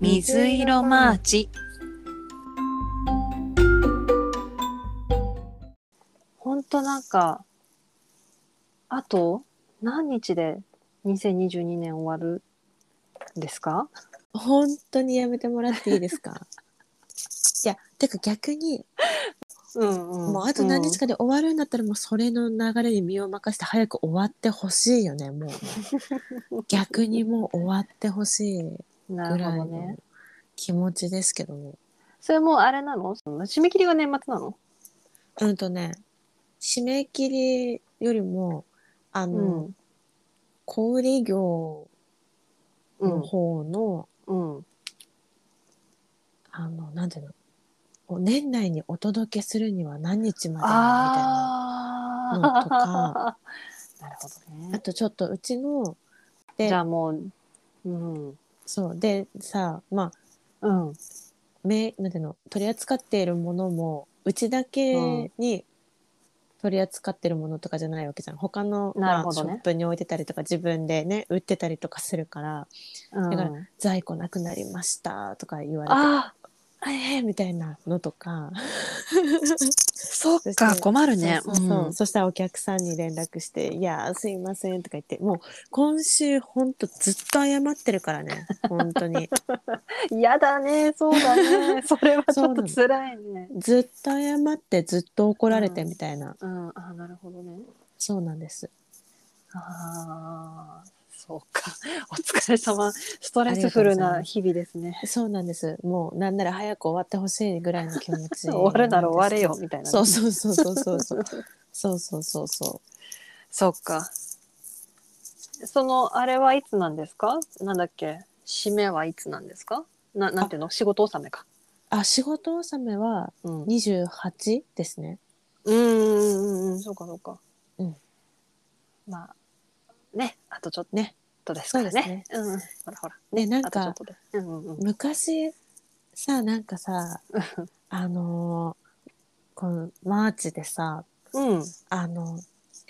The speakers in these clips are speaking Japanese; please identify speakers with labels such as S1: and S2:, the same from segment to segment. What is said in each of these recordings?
S1: 水色マーチ。ほんとなんか、あと何日で2022年終わるんですか
S2: 本当にやめてもらっていいで すかいやてか逆に
S1: うんう
S2: もうあと何日
S1: か。
S2: かで終わるんだったらもうそれの流れに身を任せて早く終わってほしいよねも う逆にもう終わってほしい
S1: うん
S2: ぐ
S1: なる
S2: らい
S1: ほど
S2: の
S1: ね。
S2: 気持ちですけども
S1: それもうあれなのその締め切りが年末なの
S2: うんとね締め切りよりもあの、
S1: うん。
S2: 小売業
S1: う
S2: の
S1: ん。
S2: 方の、
S1: うん。
S2: あのなんていうのこう年内にお届けするには何日までにみたいな
S1: あ
S2: のと
S1: あ
S2: か。
S1: なるほど
S2: あ
S1: ね。
S2: とちょっとうちので
S1: じゃあもう、うん。
S2: そうでさま
S1: うん。
S2: あめなんていうの取り扱っているものもうちだけに取り扱ってるものとかじゃないわけじゃん他の、
S1: な
S2: ま
S1: る
S2: あ
S1: ほ
S2: シ
S1: ど
S2: ョ
S1: ね
S2: ップに置いてたりとか自分でね売ってたりとかするから
S1: うん
S2: だから在庫なくなりましたとか言われて
S1: あ
S2: あえーみたいなのとか
S1: そっ
S2: そ
S1: か、
S2: して
S1: 困るね。
S2: そうそうそうそしたらお客さんに連絡して「いやーすいません」とか言ってもう今週ほんとずっと謝ってるからね本当 に
S1: 嫌だね、そうだ ね。それはちょっと辛いね。
S2: ずっと謝ってずっと怒られてみたいな、
S1: うん、あ、なるほどね。
S2: そうなんです
S1: ああ、そうか。 お疲れ様。ストレスフルな日々ですね。
S2: そうなんですもうなんなら早く終わってほしいぐらいの気持 ち
S1: 終わるなら終われよみたいな。
S2: そうそうそうそうそう そうそうそうそうそ
S1: そうか。そのあれはいつなんですか？なんだっけ？締めはいつなんですか？ななんていうの？仕事納めか。
S2: うあ仕事納めは
S1: うん。うん
S2: 28ですね
S1: うんうんうんそうかそうか。
S2: うん。
S1: まあねあとちょっと
S2: ね
S1: とですから
S2: そうです
S1: ね。うんうんほらほら。
S2: ねなん
S1: あとちょ
S2: か
S1: っとで。うんうんうん。
S2: 昔さなん かさあのーこのマーチでさ
S1: うん
S2: あの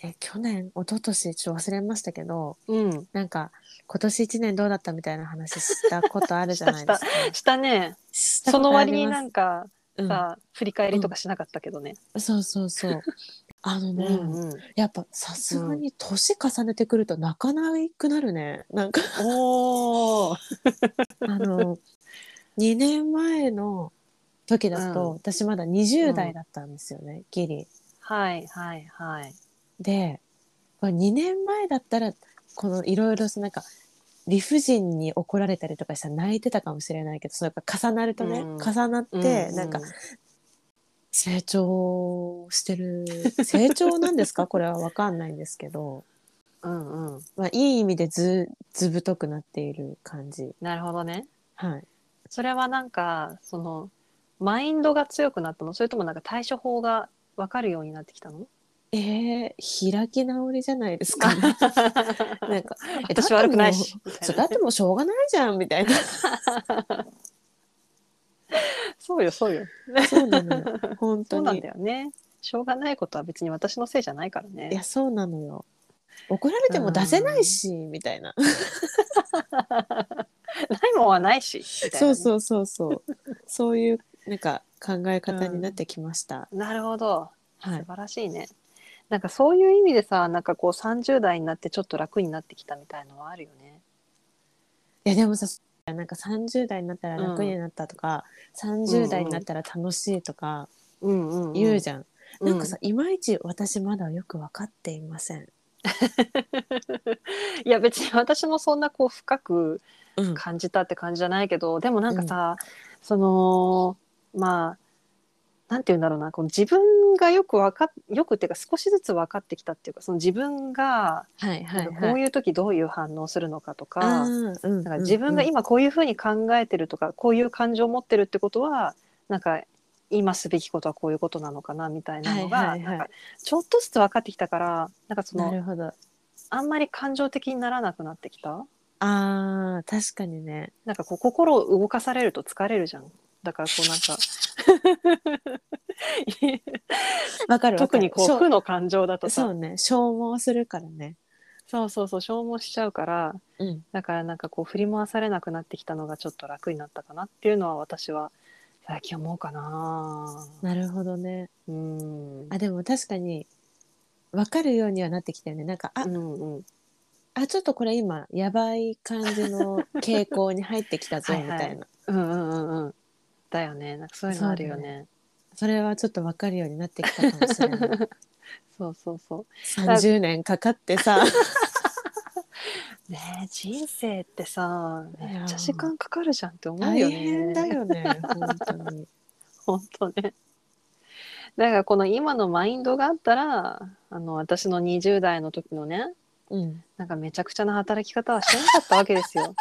S2: え去年一昨年ちょっと忘れましたけど
S1: うん。
S2: なんか今年一年どうだったみたいな話したことあるじゃないですか
S1: したね。
S2: した
S1: そ
S2: こと
S1: の
S2: あり
S1: 割に
S2: ます
S1: なんか
S2: うん
S1: さ、振り返りとかしなかったけどね。
S2: そうそうそう あの
S1: う
S2: ね、
S1: んうん。
S2: やっぱさすがに年重ねてくると泣かなくなるねな んか
S1: おお。
S2: あの2年前の時だと、
S1: うん
S2: 私まだ20代だったんですよね、ギリ
S1: はいはいはい。
S2: でこれ2年前だったらこのいろいろそのなんか理不尽に怒られたりとかしたら泣いてたかもしれないけどそのやっぱ重なるとね、
S1: うん
S2: 重なって、
S1: う
S2: なんか成長してる成長なんですかこれは分かんないんですけど、
S1: うんうん。
S2: まあ、いい意味でずずぶとくなっている感じ
S1: なるほどね。
S2: はい
S1: それはなんかそのマインドが強くなったのそれともなんか対処法が分かるようになってきた の
S2: えー、開き直りじゃないですか、ね、なんかえ
S1: 私悪くないしみ
S2: だってもうそう
S1: たい
S2: だってもうしょうがないじゃんみたいな
S1: なそうよそうよ
S2: そうなのよ本
S1: そ
S2: 当
S1: う
S2: に
S1: なんだよねしょうがないことは別に私のせいじゃないから
S2: い
S1: ね
S2: やそうなのよ怒られても出せないし、みたいな
S1: ないもんはないしみたいな
S2: そ
S1: ね
S2: うそうそうそうそういうなんか考え方になってきました、
S1: なるほど
S2: は
S1: 素
S2: い
S1: 晴らしいね、なんかそういう意味でさなんかこう30代になってちょっと楽になってきたみたいのはあるよね
S2: いやでもさなんか30代になったら楽になったとか、30代になったら楽しいとか
S1: うんうん、うん、
S2: 言うじゃん、
S1: ゃ
S2: なんかさ、いまいち私まだよく分かっていません、
S1: いや別に私もそんなこう深く
S2: うん
S1: 感じたって感じじゃないけど、でもなんかさ、そのまあなんて言うんだろうなこの自分がよくわかっよくっていうか少しずつ分かってきたっていうかその自分が
S2: はいはい
S1: なんかこ
S2: は
S1: う
S2: い
S1: いう時どういう反応するのかとか,、
S2: あーうんうん
S1: なんか自分が今こういうふうに考えてるとか、こういう感情を持ってるってことはなんか今すべきことはこういうことなのかなみたいなのが、
S2: はいはいはい
S1: なんかちょっとずつ分かってきたからなんかそ
S2: な
S1: の
S2: るほど
S1: あんまり感情的にならなくなってきた
S2: あー確かにね
S1: なんかこう心を動かされると疲れるじゃん。だからこうなんか
S2: わかるわかる
S1: 特にこう
S2: しょ
S1: 負の感情だと
S2: そう
S1: さ
S2: ね消耗するからね
S1: そうそうそう消耗しちゃうから
S2: うん、
S1: だからなんかこう振り回されなくなってきたのがちょっと楽になったかなっていうのは私は最近思うかな
S2: なるほどね
S1: うん
S2: あでも確かに分かるようにはなってきたよねなんかあ,、
S1: うんうん
S2: あちょっとこれ今やばい感 じの傾向に入ってきたぞ
S1: はい
S2: み
S1: はい
S2: たいな
S1: うんうんうんうんだよねなんかそういうのあるよね
S2: それはちょっと分かるようになってきたかもしれない
S1: そうそうそう
S2: 30年かかってさ
S1: ねえ人生ってさ
S2: いや
S1: めっちゃ時間かかるじゃんって思う
S2: 大
S1: よね
S2: 変だよ ね本当に
S1: 本当ねだからこの今のマインドがあったらあの私の20代の時のね
S2: うん
S1: なんかめちゃくちゃな働き方はしてなかったわけです よ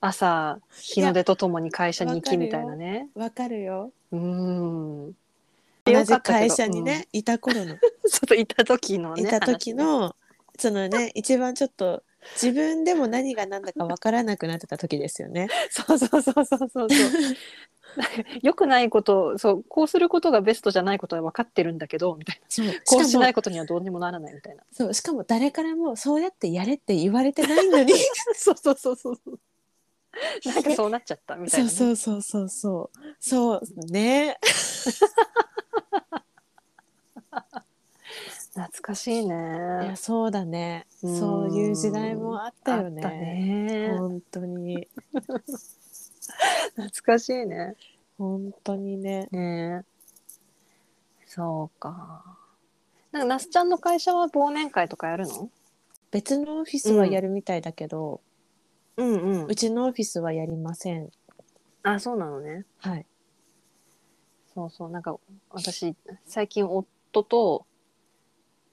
S1: 朝日の出とともに会社に行きみたいなね
S2: 分かるよ
S1: うーん
S2: 同じ会社にね、いた
S1: う
S2: 頃の
S1: んちょっといた時のね
S2: いた時
S1: 話ね
S2: の、そのね一番ちょっと自分でも何が何だか分からなくなってた時ですよね。
S1: そうそうそうそうそうそう よくないことそうこうすることがベストじゃないことは分かってるんだけどみたいな
S2: そうし
S1: こうし
S2: か
S1: な
S2: も
S1: いことにはどうにもならないみたいな
S2: そうしかも誰からもそうやってやれって言われてないのに
S1: そうそうそうそうそうなんかそうなっちゃったみたい
S2: そ
S1: な
S2: う
S1: ね、
S2: そうそうそうそうそうね
S1: 懐かしい
S2: い
S1: ね
S2: やそうだね
S1: うん
S2: そういう時代もあったよね
S1: あったね
S2: 本当に
S1: 懐かしいね
S2: 本当にね
S1: ねえそうかなんか那須ちゃんの会社は忘年会とかやるの
S2: 別のオフィスはやるみたいだけど、
S1: うんう
S2: うちのオフィスはやりません
S1: あそうなのね
S2: はい
S1: そうそうなんか私最近夫と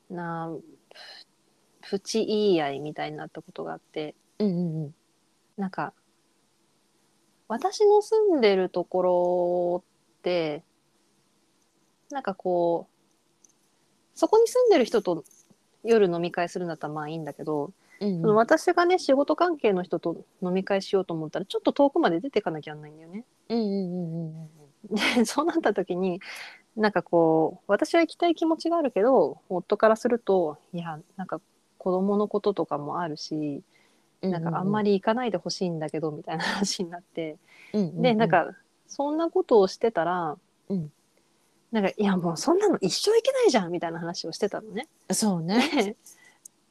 S1: なププチ言い合いみたいになったことがあって
S2: うんうんうん
S1: なんか私の住んでるところってなんかこうそこに住んでる人と夜飲み会するんだったらまあいいんだけど、
S2: うん
S1: その私がね仕事関係の人と飲み会しようと思ったらちょっと遠くまで出てかなきゃいけないんだよね。
S2: うんうんうん
S1: で そうなった時になんかこう私は行きたい気持ちがあるけど夫からするといやなんか子供のこととかもあるし
S2: うん
S1: なんかあんま
S2: り、
S1: り行かないでほしいんだけどみたいな話になって
S2: うんうんうん
S1: でなんかそんなことをしてたら、
S2: うん
S1: なんかいやもうそんなの一生行けないじゃんみたいな話をしてたのね。
S2: そうね、
S1: っ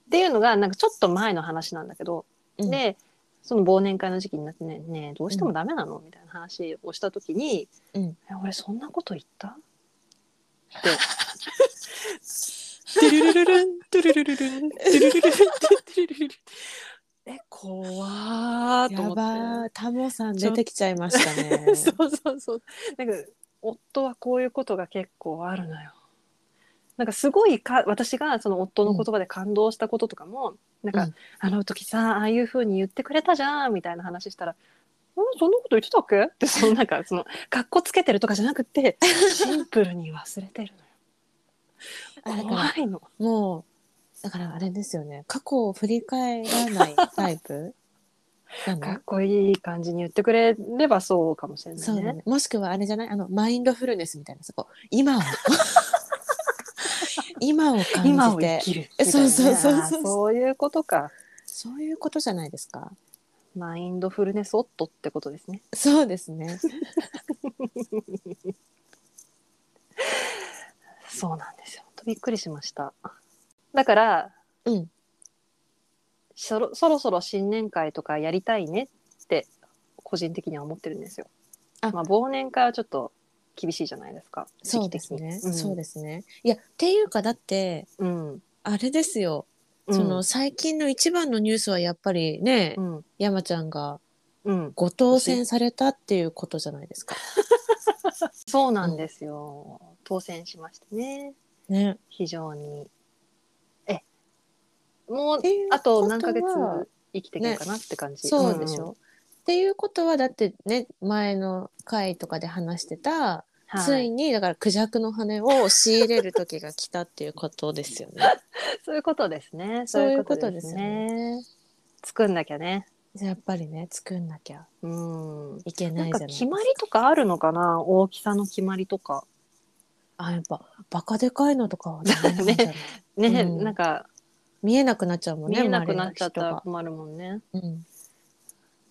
S1: ていうのがなんかちょっと前の話なんだけど、
S2: うん、
S1: でその忘年会の時期になってね「ねえどうしてもダメなの?」みたいな話をした時に「
S2: うん
S1: え俺そんなこと言った?」
S2: トゥルルルルントゥルルルルントゥルルルルン
S1: え怖ーと
S2: や
S1: 思って
S2: ばータモさん出てきちゃいましたね
S1: そうそうそうなんか夫はこういうことが結構あるのよなんかすごいか私がその夫の言葉で感動したこととかも、なんか、
S2: うん
S1: あの時さああいうふうに言ってくれたじゃん」みたいな話したら「うんそんなこと言ってたっけ?」ってそのなんかそのかっこつけてるとかじゃなく てシンプルに忘れてる
S2: あ
S1: の
S2: だ
S1: よ
S2: から
S1: 怖いの。
S2: もうだからあれですよね過去を振り返らないタイプな
S1: か
S2: の
S1: っこいい感じに言ってくれればそうかもしれない
S2: そうだ
S1: ね。
S2: ねもしくはあれじゃないあのマインドフルネスみたいなそこ 今を今を感じて
S1: 今を生きるみたいなね。
S2: そうそうそうそう
S1: あーそういうことか。
S2: そういうことじゃないですか
S1: マインドフルネス夫ってことですね。
S2: そうですね
S1: そうなんですよ。ほんとびっくりしました。だから、
S2: うん
S1: そろ、そろそろ新年会とかやりたいねって個人的には思ってるんですよ。
S2: あ
S1: まあ忘年会はちょっと厳しいじゃないですか。時
S2: そう
S1: 期
S2: で
S1: 的
S2: す
S1: に
S2: ね、
S1: うん、
S2: そうですねいやっていうかだって
S1: うん。
S2: あれですよ、
S1: うん
S2: その最近の一番のニュースはやっぱりね、
S1: うん。
S2: 山ちゃんが
S1: うん。
S2: ご当選されたっていうことじゃないですか。
S1: そうなんですよ。当選しましたね。
S2: ね、
S1: 非常に。え、もう
S2: っていう
S1: あと何ヶ
S2: こ
S1: 月
S2: とは
S1: 生きていけるかなって感じ。
S2: そうでし
S1: んん
S2: ょ、っていうことはだってね前の回とかで話してた、
S1: はい
S2: ついにだからクジャクの羽を仕入れる時が来たっていうことですよね。
S1: そういうことですね。
S2: そういうことです
S1: そう
S2: よ
S1: いうことで
S2: ね
S1: すね。作んなきゃね。
S2: やっぱりね作んなきゃ
S1: うん。
S2: いけ
S1: な
S2: なんいじ
S1: か
S2: ゃないです
S1: 決
S2: か。
S1: まりとかあるのかな大きさの決まりとか。
S2: あやっぱバカでかいのとかはダメなんじゃない
S1: ね、
S2: うん
S1: なんか、
S2: 見えなくなっちゃうもんね
S1: 見えなくなっちゃったら
S2: 周
S1: 困るもんね。
S2: りの人が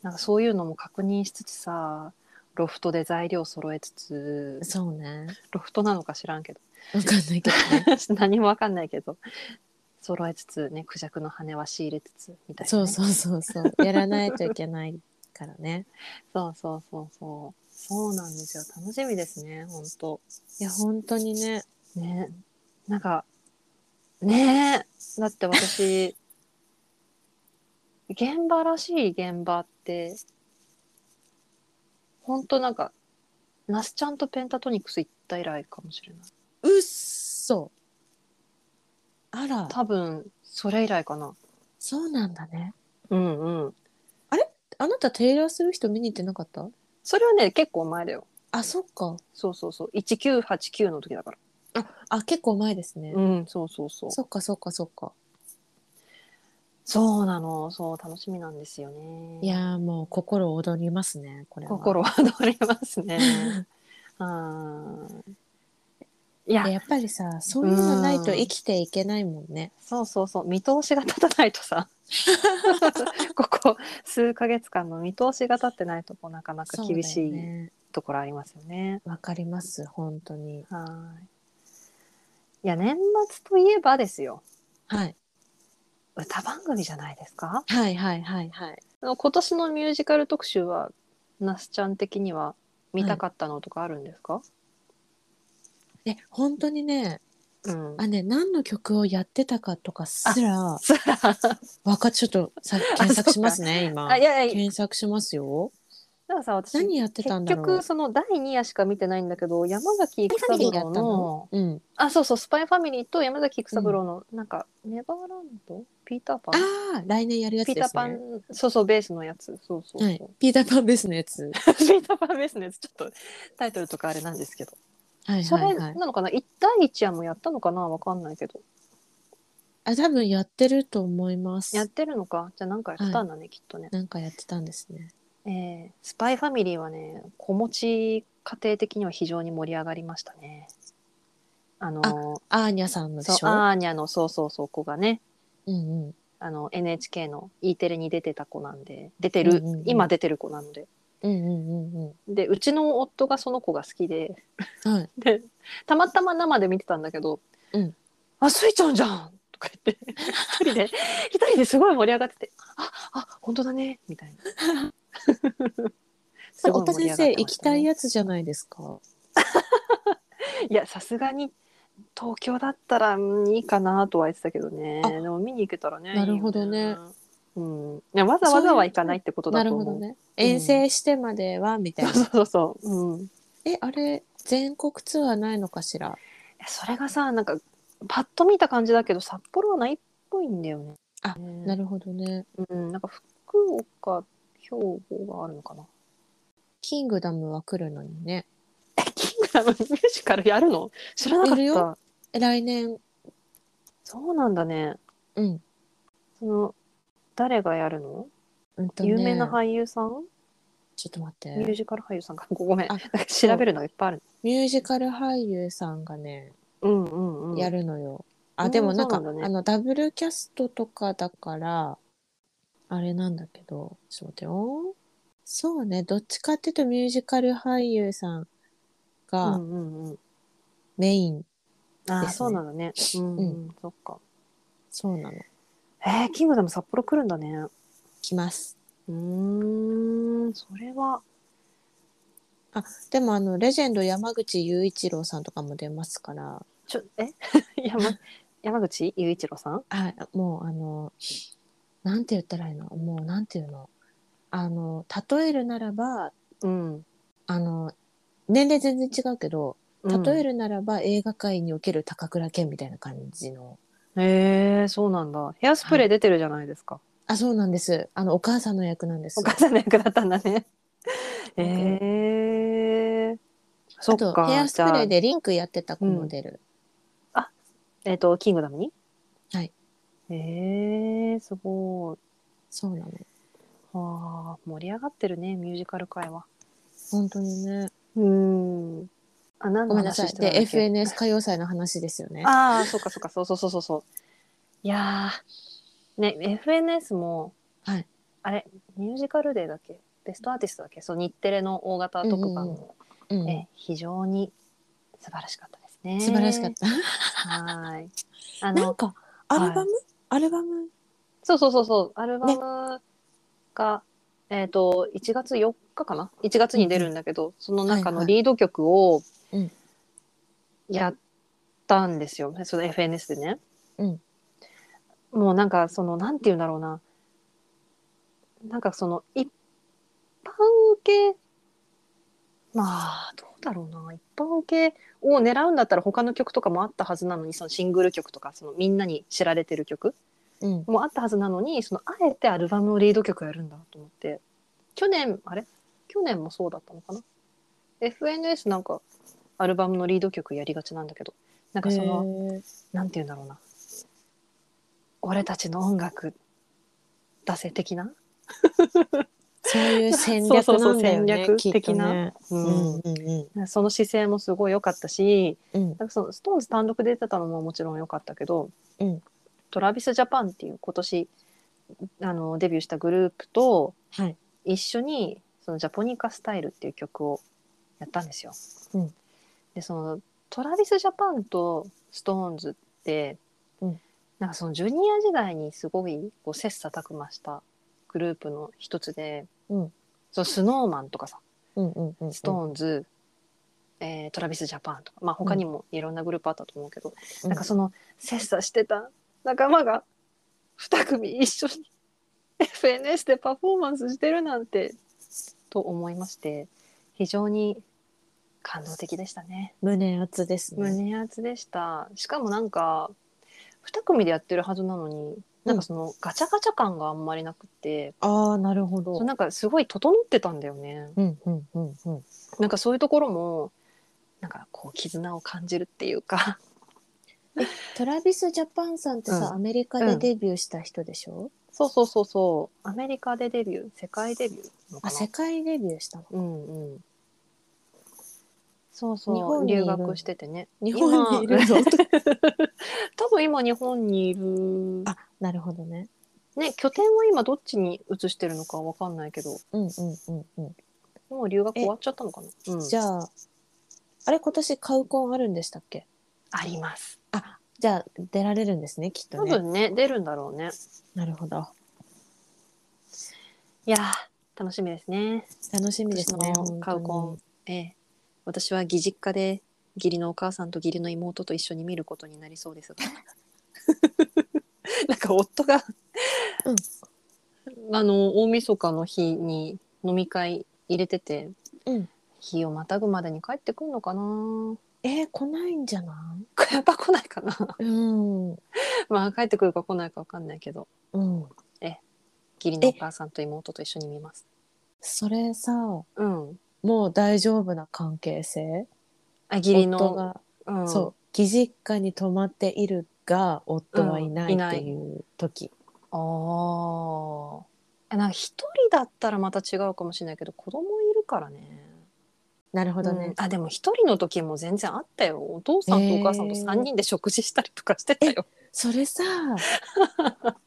S1: なんかそういうのも確認しつつさロフトで材料揃えつつ
S2: うん、そうね
S1: ロフトなのか知らんけど
S2: わかんないけどね
S1: 何もわかんないけど揃えつつねクジャクの羽は仕入れつつみたいなね、
S2: そうそうそう そうやらないといけないからね
S1: そうそうそうそうそうなんですよ楽しみですね本当
S2: いや本当にね
S1: ねなんかねえだって私 現場らしい現場って本当なんかナスちゃんとペンタトニクス行った以来かもしれないう
S2: っそあら
S1: 多分それ以来かな
S2: そうなんだね
S1: うんうん
S2: あなたテイラーする人見に行ってなかった
S1: それはね結構前だよ
S2: あそっか
S1: そうそうそう1989の時だから
S2: あ結構前ですね、
S1: うんそうそうそう
S2: そっかそっかそっか
S1: そうなのそう楽しみなんですよね
S2: いやーもう心躍りますねこれは
S1: 心は通ります ねうんいや
S2: やっぱりさそういうのないと生きていけないもんね
S1: そうそうそう見通しが立たないと さここ数ヶ月間の見通しが立ってないとこうなかなか
S2: そうだよ
S1: 厳しい
S2: ね
S1: ところありますよね。
S2: わかります本当に
S1: はーいいや年末といえばですよ
S2: はい
S1: 歌番組じゃないですか
S2: はいはいはいはい
S1: あの今年のミュージカル特集は那須ちゃん的には見たかったのとかあるんですか、
S2: え本当にね
S1: うん
S2: あね何の曲をやってたかとかすら
S1: そら
S2: わかちょっとさ検索しますね今
S1: あいやいや
S2: 検索しますよ
S1: なんかさ私
S2: 何やってたんだ
S1: 結
S2: ろう
S1: 局その第2夜しか見てないんだけど山崎育三
S2: スパイファミリーや
S1: 郎
S2: った
S1: の
S2: のうん
S1: あそうそうスパイファミリーと山崎育三郎の、なんかネバーランドピーターパン、
S2: ああ来年やるやつ
S1: ピー
S2: です
S1: タ
S2: ね
S1: ーパンそうそうベースのやつそうそうそう、
S2: はいピーターパンベースのやつは
S1: ピーターパンベースのやつちょっとタイトルとかあれなんですけど、
S2: い
S1: そ
S2: は
S1: れ
S2: いはい
S1: なのかな一第一夜もやったのかなわかんないけど
S2: あ多分やってると思います
S1: やってるのかじゃあなんかやったんだね、きっとね
S2: なんかやってたんですね
S1: えースパイファミリーはね子持ち家庭的には非常に盛り上がりましたね。あの
S2: アーニャさんので
S1: そう
S2: しょ
S1: アーニャのそうそうそう子がね
S2: うんうん
S1: あの NHK の E テレに出てた子なんで出てる、
S2: うんうんうん
S1: 今出てる子なので
S2: うんうんうん
S1: でうちの夫がその子が好きで
S2: うんはい
S1: でたまたま生で見てたんだけど「
S2: うん
S1: あスイちゃんじゃん!」とか言って一人で一人ですごい盛り上がってて「ああ本当だね」みたいな。 すごい盛り上がってました
S2: 太田先生
S1: ね
S2: 行きたいやつじゃないですか
S1: いやさすがに東京だったらうんいいかなとは言ってたけどね
S2: あ
S1: でも見に行けたらね
S2: なるほど
S1: い
S2: ね
S1: いようん、いやわざわざは行かないってことだ
S2: な
S1: と
S2: る
S1: 思う
S2: ほどね遠征してまではみたいな
S1: そうそうそうそう、うん、
S2: えあれ全国ツアーないのかしら
S1: それがさなんかパッと見た感じだけど札幌はないっぽいんだよね
S2: あ
S1: ね
S2: なるほどね
S1: うん、なんか福岡兵庫があるのかな
S2: キングダムは来るのにね
S1: えキングダムミュージカルやるの知らなか
S2: や
S1: っ
S2: る
S1: た
S2: よえ来年
S1: そうなんだね
S2: うん、
S1: その誰がやるの、
S2: うんとね
S1: 有名な俳優さん
S2: ちょっと待っ
S1: ミュ
S2: て
S1: ージカル俳優さんかごめん
S2: あ
S1: 調べるのがいっぱいある
S2: ミュージカル俳優さんがね
S1: うんうんうん。
S2: やるのよ、
S1: う
S2: あ
S1: ん
S2: でもなんか
S1: そうなんだね
S2: あのダブルキャストとかだからあれなんだけどちょっと待ってよそうねどっちかっていうとミュージカル俳優さん
S1: う
S2: が
S1: んうんうん。
S2: メイン、
S1: あー
S2: ですね
S1: そうなんだね。うん、う、
S2: うん
S1: そっか。
S2: そうなの
S1: えー、キングダム札幌来るんだね。
S2: 来ます
S1: うーん、それは。
S2: でもあのレジェンド山口雄一郎さんとかも出ますから
S1: ちょ、え 山、山口雄一郎さん
S2: はいもうあのなんて言ったらいいのもうなんていうのあの例えるならば
S1: うん。
S2: あの年齢全然違うけど例え
S1: る。
S2: るならば映画界における高倉健みたいな感じの
S1: えー、そうなんだ。ヘアスプレー出てるじゃないですか。
S2: あそうなんですあのお母さんの役なんです
S1: お母さんの役だったん だね。えー。そ
S2: あ
S1: っ
S2: と
S1: か。
S2: ヘアスプレー
S1: じゃ
S2: でリンクやってた子も出る、
S1: あ。えっ、と、キングダムに
S2: はい。
S1: えー、すごい。
S2: そうなの
S1: あー盛り上がってるね、ミュージカル界は。
S2: 本当にね
S1: うーん。あ、何
S2: ご
S1: の
S2: めんな
S1: 話
S2: さ
S1: し
S2: い
S1: てたんだ
S2: で
S1: っけ
S2: FNS 歌謡祭の話ですよね
S1: ああ、そうかそうか、そうそうそうそうそう。いやー、ね、FNS も、
S2: はい
S1: あれ、ミュージカルデーだっけベストアーティストだっけそう、日テレの大型特番も、
S2: うん
S1: え非常に素晴らしかったですね。
S2: 素晴らしかった。
S1: た。はーい。あ
S2: な
S1: の
S2: ん、かアルバム、アルバム
S1: そうそうそうそう、アルバムが、えっ、と、1月4日かな ?1 月に出るんだけど、その中
S2: は
S1: の
S2: いは
S1: リード曲を
S2: うん
S1: やったんですよ、その FNS でね。
S2: うん
S1: もうなんか、その、なんて言うんだろうな。なんかその、一般受け、まあ、どうだろうな。一般受けを狙うんだったら他の曲とかもあったはずなのに、そのシングル曲とか、そのみんなに知られてる曲。
S2: うん
S1: もあったはずなのにそのあえてアルバムのリード曲をやるんだと思って去年あれ去年もそうだったのかな FNS なんかアルバムのリード曲やりがちなんだけどなんかその、
S2: へー
S1: なんて言うんだろうな俺たちの音楽出せ的な、
S2: そういう戦略
S1: そうそうそ
S2: なん
S1: う
S2: だよね
S1: 戦略
S2: きっとねうんうん
S1: うんその姿勢もすごい良かったし
S2: うん
S1: なんかそのストーンズ単独で出てたのももちろん良かったけど、
S2: うん
S1: トラビスジャパンっていう今年あのデビューしたグループと
S2: はい
S1: 一緒にそのジャポニカスタイルっていう曲をやったんですよ。
S2: うん
S1: でそのトラビスジャパンとストーンズって、
S2: うん
S1: なんかそのジュニア時代にすごいこう切磋琢磨したグループの一つで、
S2: うん
S1: そのスノーマンとかさ
S2: うんうんうん
S1: ストーンズ、えートラビスジャパンとか、まあ、他にもいろんなグループあったと思うけど、
S2: うん
S1: なんかその切磋してた仲間が2組一緒に FNS でパフォーマンスしてるなんてと思いまして非常に感動的でしたね
S2: 胸熱ですね
S1: 胸熱でしたしかもなんか2組でやってるはずなのになんかそのガチャガチャ感があんまりなくて、
S2: ああなるほど
S1: そうなんかすごい整ってたんだよね
S2: うんうんうんうん
S1: なんかそういうところもなんかこう絆を感じるっていうか
S2: トラビスジャパンさんって
S1: うん
S2: さアメリカでデビューした人でしょ
S1: そうそうそうそうアメリカでデビュー世界デビューなのかな
S2: あ世界デビューしたの
S1: うんうん。そう
S2: 日
S1: そう
S2: 本にい
S1: 留
S2: る
S1: 学しててね。
S2: 日本にいる ぞ
S1: 今多分今日本にいる。
S2: あなるほどね
S1: ね拠点は今どっちに移してるのかわかんないけど、
S2: うんうんうんうん
S1: もう留学終わっちゃったのかな。うん、
S2: じゃああれ今年カウコンあるんでしたっけ
S1: あります。
S2: じゃあ出られるんですねきっと
S1: 多
S2: ね
S1: 分ね出るんだろうね。
S2: なるほど
S1: いやー楽しみですね。
S2: 楽しみですね
S1: 私のカウコン
S2: 本。
S1: ええ私は義実家で義理のお母さんと義理の妹と一緒に見ることになりそうですが なんか夫が、あの大晦日の日に飲み会入れてて、
S2: うん
S1: 日をまたぐまでに帰ってくるのかな
S2: 当にえー、来ないんじゃな
S1: やっぱ来ないかな
S2: いうんうん
S1: まあ帰ってくるか来ないか分かんないけど義理のお母さんと妹と一緒に見ます
S2: それさ
S1: うん
S2: もう大丈夫な関係性
S1: あ義理
S2: 夫
S1: の、
S2: が、
S1: うん、
S2: そう義実家に泊まっているが夫はいな
S1: う
S2: い
S1: んいない
S2: っていう時、
S1: ああ。なんか一人だったらまた違うかもしれないけど、子供いるからね。
S2: なるほどね
S1: う、んあ、でも一人の時も全然あったよ。お父さんとお母さんと
S2: へー
S1: 三人で食事したりとかしてたよ。
S2: それ さなんだ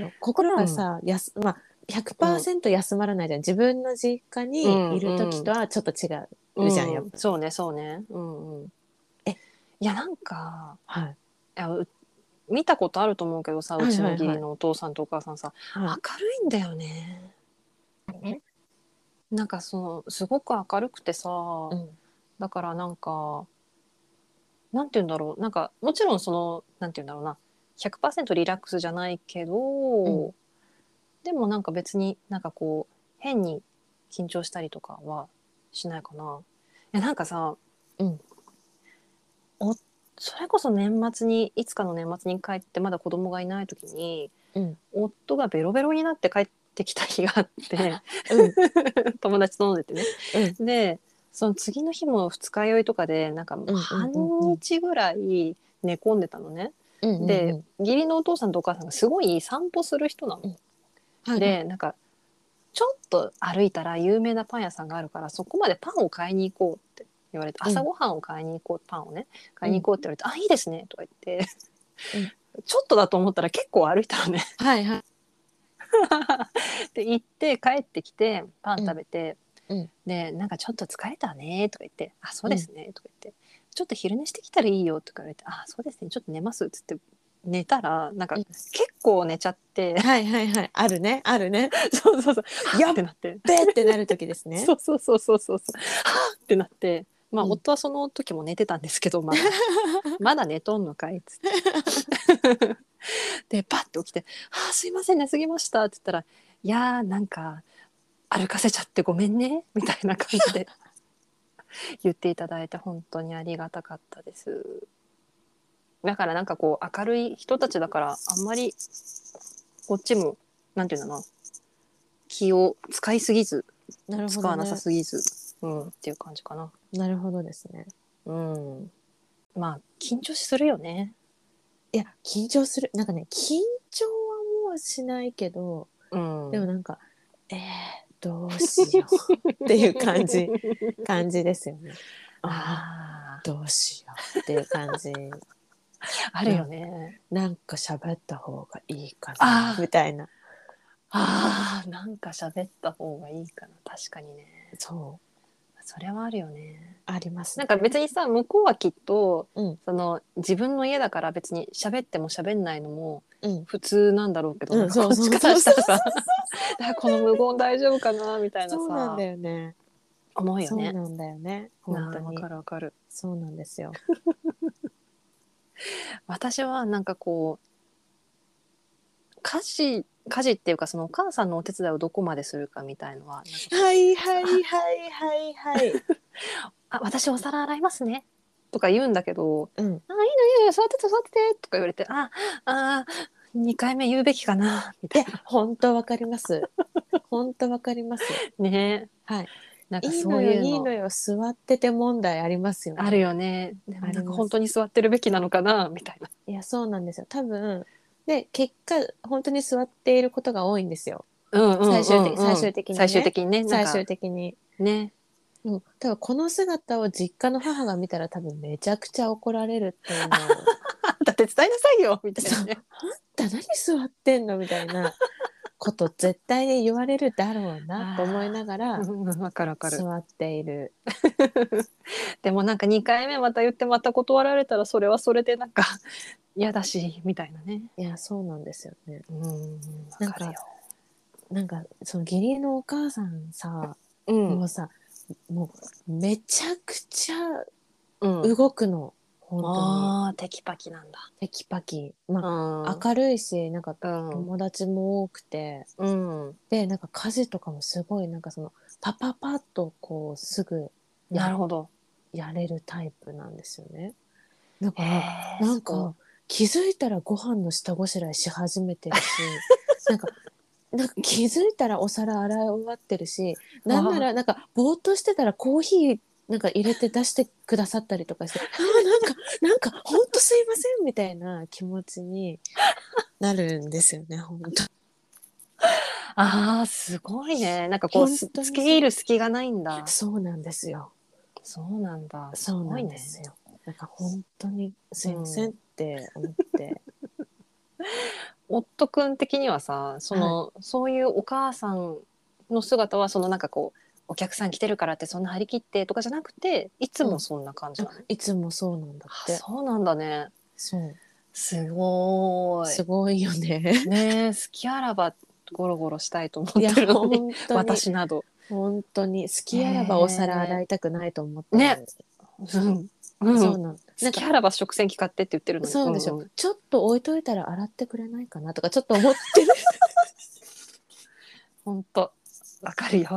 S2: ろう心がさ、やすまあ100%休まらないじゃん自分の実家にいる時とはちょっと違う、
S1: う
S2: じゃんやっぱ
S1: そうね、そうね。うんうん。
S2: え
S1: いや、なんか、
S2: はい
S1: いやう見たことあると思うけどさ、
S2: はいうはい
S1: ちの
S2: はい
S1: 義理のお父さんとお母さんさ、
S2: はい
S1: 明るいんだよね。なんかその、すごく明るくてさ、
S2: うん
S1: だからなんかなんて言うんだろうなんかもちろんそのなんて言うんだろうな100%リラックスじゃないけど、
S2: ん
S1: でもなんか別になんかこう変に緊張したりとかはしないかな。いやなんかさ、
S2: うん
S1: おそれこそ年末にいつかの年末に帰ってまだ子供がいない時に
S2: うん
S1: 夫がベロベロになって帰ってきた日があって。
S2: うん
S1: 友達と飲んでてね、でその次の日も二日酔いとかでなんか
S2: うん
S1: 半日ぐらい寝込んでたのね、
S2: うんうん
S1: で義理のお父さんとお母さんがすごい散歩する人なの、
S2: はい
S1: でなんかちょっと歩いたら有名なパン屋さんがあるからそこまでパンを買いに行こうって言われて
S2: うん
S1: 朝ごはんを買いに行こうパンをね買いに行こうって言われて「あいいですね」とか言って、 ちょっとだと思ったら結構歩いたのね。
S2: はいはい。
S1: で行って帰ってきてパン食べて、
S2: うんうん
S1: でなんかちょっと疲れたねとか言って「あそうですね」とか言って「ちょっと昼寝してきたらいいよ」とか言われて「あそうですねちょっと寝ます」っつって寝たらなんか
S2: うん
S1: 結構寝ちゃって、
S2: はいはいはい。あるね。ある ね。
S1: そうそうそう「や
S2: や
S1: っ!」っ
S2: っ
S1: てなって、
S2: べーってなる時ですね。
S1: そうそうそうそうそうそう「はっ!」ってなってまあ、
S2: うん
S1: 夫はその時も寝てたんですけ どまだまだ寝とんのかいっつってでパッて起きて「あーすいません寝すぎました」って言ったら「いやーなんか歩かせちゃってごめんね」みたいな感 じで言っていただいて本当にありがたかったです。だからなんかこう明るい人たちだからあんまりこっちもなんていうのかな気を使いすぎず
S2: なる
S1: 使
S2: ほど、
S1: わな
S2: ね
S1: さ。すぎず、うん、っていう感じかな。
S2: なるほどですね。
S1: うん、まあ緊張するよね。
S2: いや緊張するなんかね緊張はもうしないけど、
S1: うん、
S2: でもなんかえー、どうしようっていう 感じ感じですよね。あ
S1: あ
S2: ーどうしようっていう感じ
S1: ああるよね。
S2: なんか喋った方がいいか
S1: あ
S2: な
S1: ー
S2: みたいな
S1: ああなんか喋った方がいいかな確かにね。
S2: そう
S1: それはあるよね。
S2: あります
S1: なんか別にさ向こうはきっと、
S2: うん
S1: その自分の家だから別に喋っても喋んないのも
S2: うん
S1: 普通なんだろうけど、
S2: う
S1: な
S2: ん
S1: んかこっちからしたらさ だからこの無言大丈夫かなみたいな
S2: そうなん
S1: さ
S2: だよね
S1: 思うよ
S2: そう
S1: ね。
S2: なんだよね
S1: な
S2: 本
S1: あ
S2: 当
S1: わ
S2: に
S1: かるわかる。
S2: そうなんですよ
S1: 私はなんかこう家事家事っていうかそのお母さんのお手伝いをどこまでするかみたいのはなんか
S2: はいはいはいはいはい
S1: あ私お皿洗いますね」とか言うんだけど
S2: う
S1: 「あい
S2: ん
S1: いのいいの座ってて座ってて」とか言われて「ああ2回目言うべきかな」み
S2: い
S1: たい
S2: や本当わかります本当わかります
S1: なね
S2: はい
S1: なんか
S2: いい
S1: そ
S2: の
S1: う
S2: よ
S1: いう
S2: い
S1: の
S2: いのよ座ってて問題ありますよね
S1: あるよねでも
S2: あります
S1: なんか本当に座ってるべきなのかなみたいない
S2: やそうなんですよ多分で結果本当に座っていることが多いんですよ
S1: うんうんうんうん
S2: 最終的最終的にね
S1: 最終的にねなん
S2: 最
S1: か
S2: 終的に。
S1: ね
S2: うん、多分この姿を実家の母が見たら多分めちゃくちゃ怒られるっ ていうのを
S1: あんた手伝いなさいよみたいなね
S2: だ何座ってんのみたいなこと絶対に言われるだろうなと思いながら
S1: うんうんわかるわかる
S2: 座っている
S1: でもなんか2回目また言ってまた断られたらそれはそれでなんか 嫌だしみたいなね。
S2: いやそうなんですよね
S1: うん、
S2: な
S1: なんん
S2: か
S1: かるよ。
S2: なんかその義理のお母さんさ、
S1: う
S2: も
S1: ん
S2: うさもうめちゃくちゃ
S1: うん、
S2: 動くの、本
S1: ああテキパキなんだ。
S2: 当にテキパキま
S1: うん
S2: あ、明るいしなんか
S1: うん
S2: 友達も多くて、
S1: うん、
S2: でなんか家事とかもすごいなんかそのパパパッとこうすぐ
S1: なる
S2: や
S1: ほど。
S2: やれるタイプなんですよねだか
S1: へー
S2: らなん
S1: すごい
S2: か気づいたらご飯の下ごしらえし始めてる しなんかなんか気づいたらお皿洗い終わってるしなんならなんかぼーっとしてたらコーヒーなんか入れて出してくださったりとかしてあーなんかなんかほんとすいませんみたいな気持ちになるんですよね本当
S1: ああすごいね。なんかこう
S2: 本
S1: す
S2: 当に
S1: 付け入る隙がないんだ。
S2: そうなんですよ
S1: そうなんだ。
S2: そう
S1: ご
S2: ないん
S1: ね
S2: ですよなんか本当にすいませんって思って、
S1: 夫君的にはさその、そういうお母さんの姿はそのなんかこうお客さん来てるからってそんな張り切ってとかじゃなくていつもそんな感じなの、
S2: いつもそうなんだ
S1: あ
S2: って
S1: そうなんだね
S2: そう
S1: すごー
S2: すごいよね
S1: いねえ好きあらばゴロゴロしたいと思っ
S2: いや
S1: てるの
S2: 本
S1: に
S2: 当に
S1: 私など
S2: 本当に好きあらばお皿洗いたくないと思ってる
S1: ねうん、うん、
S2: そうな
S1: 好
S2: のなん
S1: き
S2: か
S1: あらば食洗機買ってって言ってるのに
S2: そうでしょ、
S1: んん
S2: ちょっと置いといたら洗ってくれないかなとかちょっと思ってる
S1: ほんとわかるよ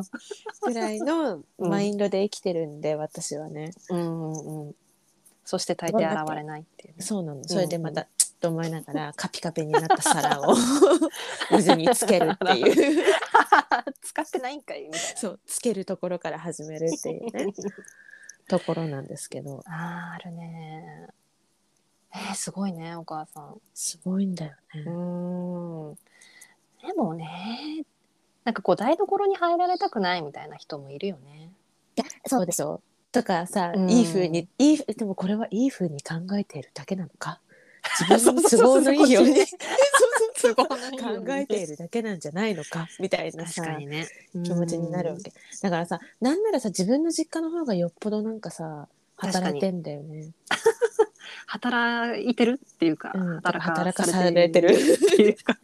S2: ぐらいの
S1: うん
S2: マインドで生きてるんで、私はね
S1: うんうんうんそして大抵現れないっていうね
S2: そうなのそれでまた、ちょっと思いながらカピカピになった皿を 水につけるっていう
S1: 使ってないんかいみたいな
S2: そうつけるところから始めるっていうねところなんですけど
S1: あーあるねえーすごいねお母さん
S2: すごいんだよ
S1: う
S2: ね、
S1: ーんでもねなんかこう台所に入られたくないみたいな人もいるよね
S2: そうでしょとかさ、
S1: うん
S2: いい風にいいでもこれはいい風に考えているだけなのか自分の都合のいいように
S1: そう
S2: そうそう
S1: 都合のいいように
S2: 考えているだけなんじゃないのかみたいな
S1: 確
S2: さ
S1: かにね
S2: 気持ちになるわけだからさなんならさ自分の実家の方がよっぽどなんかさ
S1: 確かに
S2: 働いてんだよね。
S1: 働いてるっていうか、
S2: うん
S1: 働か
S2: 働か
S1: さ
S2: さ
S1: れ
S2: れ
S1: て
S2: て
S1: る
S2: る
S1: っていうか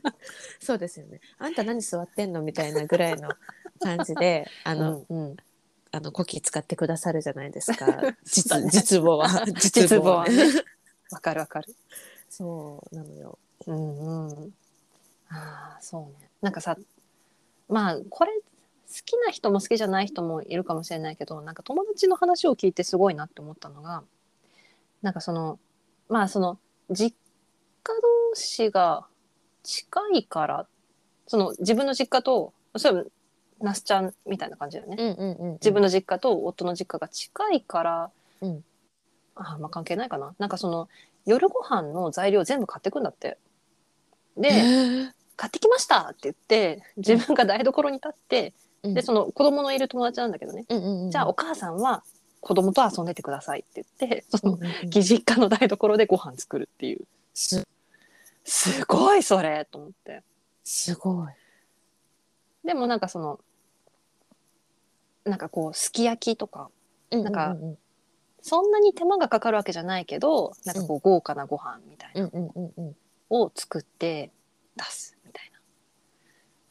S2: そうですよね。あんた何座ってんのみたいなぐらいの感じで、あの、うん、あの、コキ使ってくださるじゃないですか。
S1: そうだ
S2: 実、
S1: ね
S2: 実母は。
S1: 実母は
S2: ね
S1: ねわかるわかる
S2: そうなのよ。
S1: うんうんああそうねなんかさまあこれ好きな人も好きじゃない人もいるかもしれないけどなんか友達の話を聞いてすごいなって思ったのがなんかそのまあその実家同士が近いからその自分の実家とそういえば那須ちゃんみたいな感じだよね。
S2: うんうんうん。
S1: 自分の実家と夫の実家が近いから、
S2: うん
S1: あまあ関係ないかななんかその夜ご飯の材料全部買ってくんだってで、
S2: えー
S1: 買ってきましたって言って自分が台所に立って、
S2: うん
S1: でその子供のいる友達なんだけどね、
S2: うんうんうん。
S1: じゃあお母さんは子供と遊んでてくださいって言ってそ
S2: う
S1: の
S2: んうんうん
S1: 義実家の台所でご飯作るっていう
S2: す
S1: すごいそれと思って
S2: すごい。
S1: でもなんかそのなんかこうすき焼きとかなんか
S2: うん
S1: そんなに手間がかかるわけじゃないけどなんかこう豪華なご飯みたい
S2: うん
S1: な
S2: うんうんうん。
S1: を作って出すみたいな、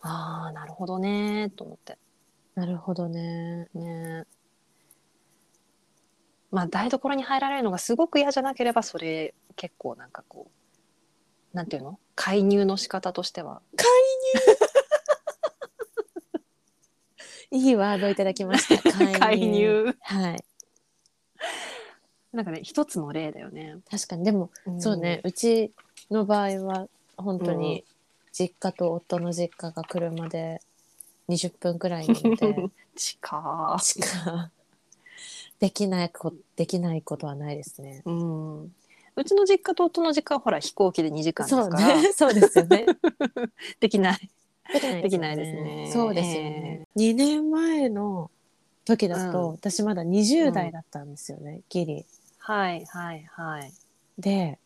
S1: ああなるほどねーと思って
S2: なるほどね。
S1: ねまあ台所に入られるのがすごく嫌じゃなければそれ結構なんかこうなんていうの介入の仕方としては
S2: いいワードいただきま した。
S1: 介。入
S2: はい。
S1: なんかね一つの例だよね、
S2: 確かに。でも、そうね、うちの場合は本当に実家と夫の実家が車で20分くらいなので
S1: 近
S2: しかできないこできないことはないですね。
S1: うんうちの実家と夫の実家はほら飛行機で2時間です
S2: そう
S1: から、
S2: ね、 そうですよね。
S1: できない
S2: できない
S1: できないですね
S2: そうですよね。2年前の時だと、
S1: うん
S2: 私まだ20代だったんですよね、ギリ。
S1: はいはいはい。
S2: で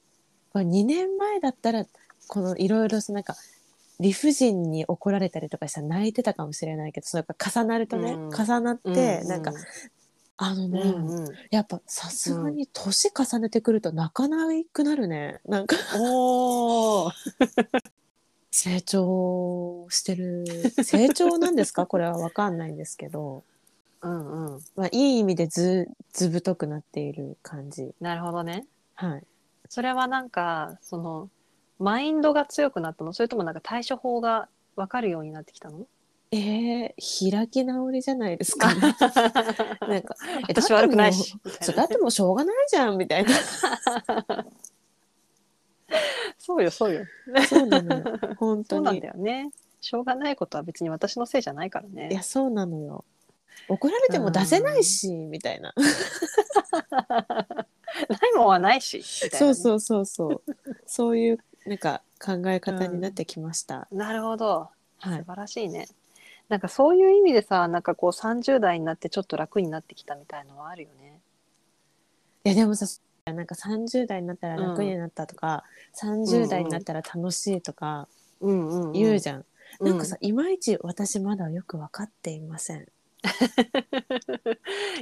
S2: これ2年前だったらこのいろいろなんか理不尽に怒られたりとかしたら泣いてたかもしれないけどそれが重なるとね、
S1: うん
S2: 重なって、なんかあの
S1: うん
S2: ね、
S1: うん、
S2: やっぱさすがに年重ねてくると泣かなくなるねなん か
S1: おお、
S2: 成長してる成長なんですかこれは分かんないんですけど、
S1: うんうん、
S2: まあ、いい意味でずず太くなっている感じ
S1: なるほどね。
S2: はい
S1: それはなんかそのマインドが強くなったの、それともなんか対処法がわかるようになってきたの？
S2: えー、開き直りじゃないですか、ね、 なんかえ
S1: 私悪くない し。みた
S2: そう
S1: いな
S2: だってもうしょうがないじゃんみたいな
S1: そうよそうよ。
S2: そうなのよ本
S1: そ
S2: 当
S1: う
S2: に
S1: なんだよね。しょうがないことは別に私のせいじゃないから
S2: いや
S1: ね。
S2: そうなのよ怒られても出せないし、みたいな
S1: ないもんはないし。みたいな
S2: そ
S1: ね
S2: うそうそうそうそういうなんか考え方になってきました、
S1: なるほど。素
S2: はい
S1: 晴らしいね。なんかそういう意味でさ、なんかこう30代になってちょっと楽になってきたみたいのはあるよね。
S2: いやでもさなんか30代になったら楽になったとか、30代になったら楽しいとか
S1: うんうん、
S2: 言うじゃん、
S1: うん
S2: なんかさいまいち私まだよく分かっていません、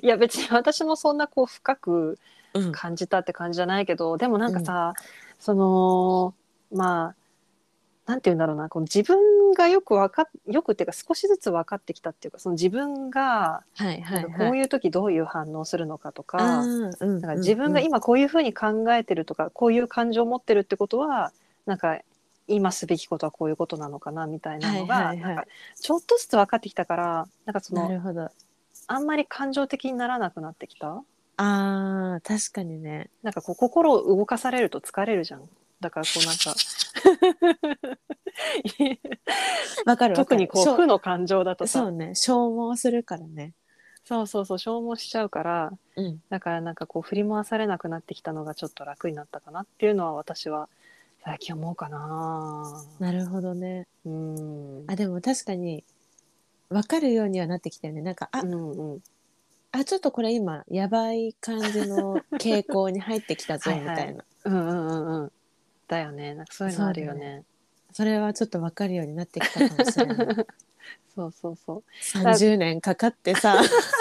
S1: いや別に私もそんなこう深く
S2: うん
S1: 感じたって感じじゃないけどでもなんかさ、そのまあなんて言うんだろうなこの自分がよくわかっよくっていうか少しずつ分かってきたっていうかその自分が
S2: はいは
S1: ないんかこ
S2: は
S1: う
S2: い
S1: いう時どういう反応するのかとか,、
S2: あーうん
S1: なんか自分が今こういうふうに考えてるとか、こういう感情を持ってるってことはなんか今すべきことはこういうことなのかなみたいなのが、
S2: はいはいはい
S1: なんかちょっとずつ分かってきたからなんかそ
S2: な
S1: の
S2: るほど
S1: あんまり感情的にならなくなってきた。
S2: あー確かにね
S1: なんかこう心を動かされると疲れるじゃん。だからこうなんか
S2: わかるわか
S1: 特
S2: る
S1: にこう負の感情だと
S2: そ
S1: さ
S2: うね消耗するからね
S1: そうそうそう消耗しちゃうから
S2: うん
S1: だからなんかこう振り回されなくなってきたのがちょっと楽になったかなっていうのは私は最近思うかな。
S2: なるほどね
S1: うん。
S2: あでも確かに分かるようにはなってきたよねなんかあ,、
S1: うんうん。
S2: あちょっとこれ今 やばい感じの傾向に入ってきたぞ
S1: はい
S2: み
S1: はい
S2: たいな
S1: うんうんうんうん。だよね。なんかそういうのあるよね。
S2: それはちょっと分かるようになってきたかもし れない
S1: そうそうそ
S2: 30年かかって さ
S1: う。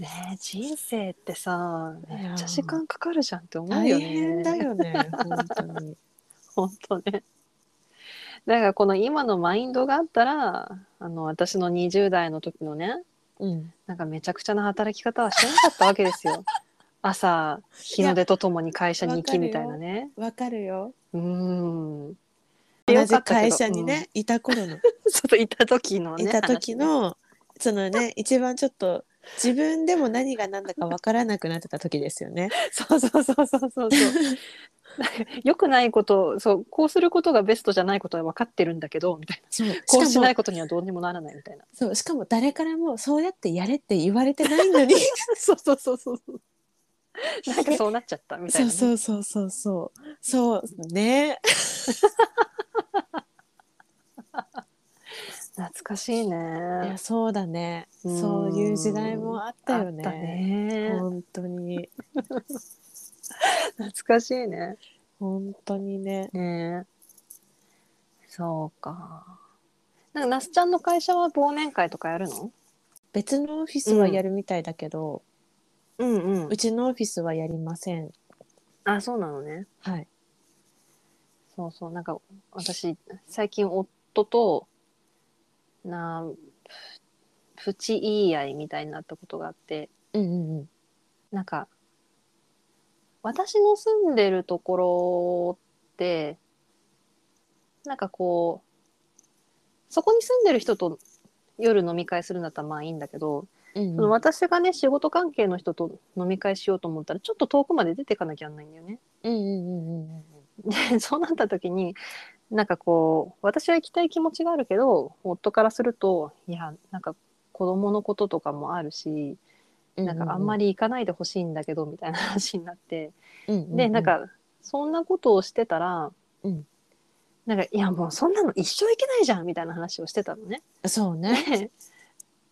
S1: ねえ人生ってさ、
S2: いやー
S1: めっちゃ時間かかるじゃんって思うよ
S2: 大
S1: ね。
S2: 変だよね本当に
S1: 本当ね。だからこの今のマインドがあったら、あの私の20代の時のね、
S2: うん
S1: なんかめちゃくちゃな働き方はしてなかったわけです よ。朝日の出とともに会社に行きみたいなね。
S2: わかるよ
S1: うーん。
S2: 同
S1: よか
S2: じ
S1: ったけど
S2: 会社にね、、いた頃の
S1: うん ちょっといた時のね。
S2: いた時
S1: 話ね。
S2: の、そのね一番ちょっと自分でも何が何だか分からなくなってた時ですよね。
S1: そうそうそうそうそう そう。よくないこと、そうこうすることがベストじゃないことは分かってるんだけどみたいな。
S2: そうし
S1: こうし
S2: か
S1: な
S2: も
S1: いことにはどうにもならないみたいな。
S2: そうしかも誰からもそうやってやれって言われてないのに
S1: そうそうそうそうそう。なんかそうなっちゃったみたい
S2: そ
S1: なね。
S2: うそうそうそうそうそうね
S1: 懐かしい
S2: い
S1: ね
S2: や。そうだね
S1: うん
S2: そういう時代もあったよね
S1: あったね
S2: 本当に
S1: 懐かしいね。
S2: 本当にね
S1: ねえそうか。なんか那須ちゃんの会社は忘年会とかやるの？
S2: 別のオフィスはやるみたいだけど、
S1: うんう
S2: うちのオフィスはやりません
S1: あ、そうなのね。
S2: はい
S1: そうそう。なんか私最近夫となプチ言い合いみたいになったことがあって、
S2: うんうんうん
S1: なんか私の住んでるところってなんかこうそこに住んでる人と夜飲み会するんだったらまあいいんだけど、
S2: うん
S1: その私がね仕事関係の人と飲み会しようと思ったらちょっと遠くまで出ていかなきゃなんないんだよね。
S2: うんうんうん
S1: で そうなった時になんかこう私は行きたい気持ちがあるけど夫からするといやなんか子供のこととかもあるし
S2: うん
S1: なんかあんまり行かないでほしいんだけどみたいな話になって
S2: で
S1: でなんかそんなことをしてたら、
S2: うん
S1: なんかいやもうそんなの一生行けないじゃんみたいな話をしてたのね。
S2: そう ね。
S1: でっ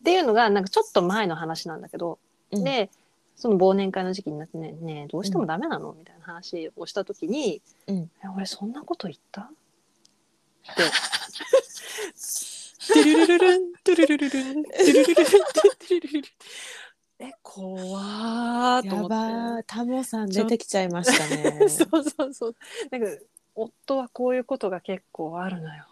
S1: ていうのがなんかちょっと前の話なんだけど、
S2: うん
S1: でその忘年会の時期になってね「ねえどうしてもダメなの?」みたいな話をした時に「
S2: うん
S1: え俺そんなこと言った?」
S2: トゥルルルルントゥルルルルントゥルルルルン
S1: え怖ーと
S2: や
S1: 思
S2: ば
S1: っ
S2: ータモさん出てきちゃいましたね
S1: て。そうそうそうなんか夫はこういうことが結構あるのよ。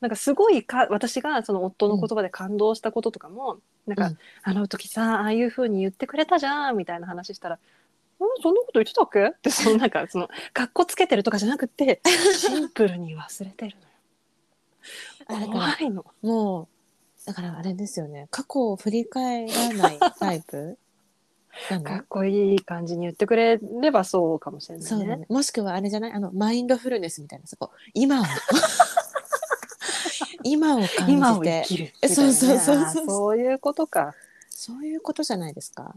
S1: なんかすごいか私がその夫の言葉で感動したこととかも、なんか、
S2: うん
S1: あの時さああいう風に言ってくれたじゃん」みたいな話したら「うんそんなこと言ってたっけ?」ってそのなんかそのかっこつけてるとかじゃなくて シンプルに忘れてる
S2: あ
S1: の
S2: だ
S1: よ。
S2: から
S1: 怖いの。
S2: もうだからあれですよね。過去を振り返らないタイプな
S1: か
S2: の
S1: っ。こいい感じに言ってくれればそうかもしれないね。
S2: そうだね。もしくはあれじゃないあのマインドフルネスみたいなそこ今 を今を
S1: 今
S2: 感じ
S1: を生
S2: て
S1: きるみた
S2: え
S1: いなね。
S2: そうそうそうそう
S1: あーそういうことか。
S2: そういうことじゃないですか。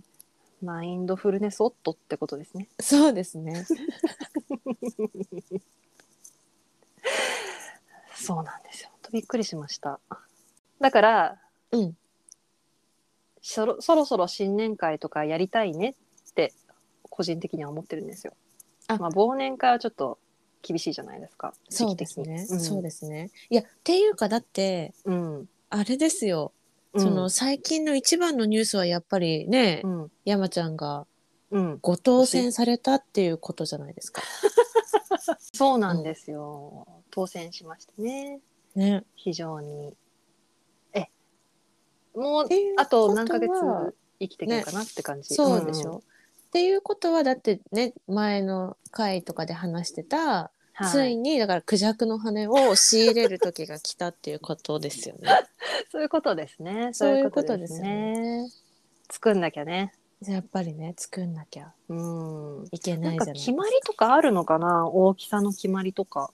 S1: マインドフルネス夫ってことですね。
S2: そうですね。
S1: そうなんですよ。ほんとびっくりしました。だから、
S2: うん
S1: そろ、そろそろ新年会とかやりたいねって個人的には思ってるんですよ。
S2: あ
S1: まあ忘年会はちょっと厳しいじゃないですか。
S2: そうですね。そう
S1: で
S2: ですね。いやっていうかだって
S1: す。うん。
S2: あれですよ。
S1: うん
S2: その最近の一番のニュースはやっぱりね、
S1: うん。
S2: 山ちゃんが
S1: うん、
S2: ご当選されたっていうことじゃないですか。
S1: そうなんですよ、当選しましたね
S2: ね。
S1: 非常にえもう
S2: っていう
S1: あと何ヶ月
S2: ことは
S1: 生きていけるかなって感じ、
S2: そうでしょ。っていうことはだってね前の回とかで話してた、
S1: うん、
S2: つ
S1: はいい、
S2: にだからクジャクの羽を仕入れる時が来たっていうことで すよね。
S1: そういうことですね
S2: そういうことですよね。
S1: 作んなきゃね
S2: やっぱりね作んなきゃ
S1: うん
S2: いけ
S1: な
S2: ない
S1: ん
S2: じ
S1: か
S2: ゃないです
S1: 決
S2: か。
S1: まりとかあるのかな大きさの決まりとか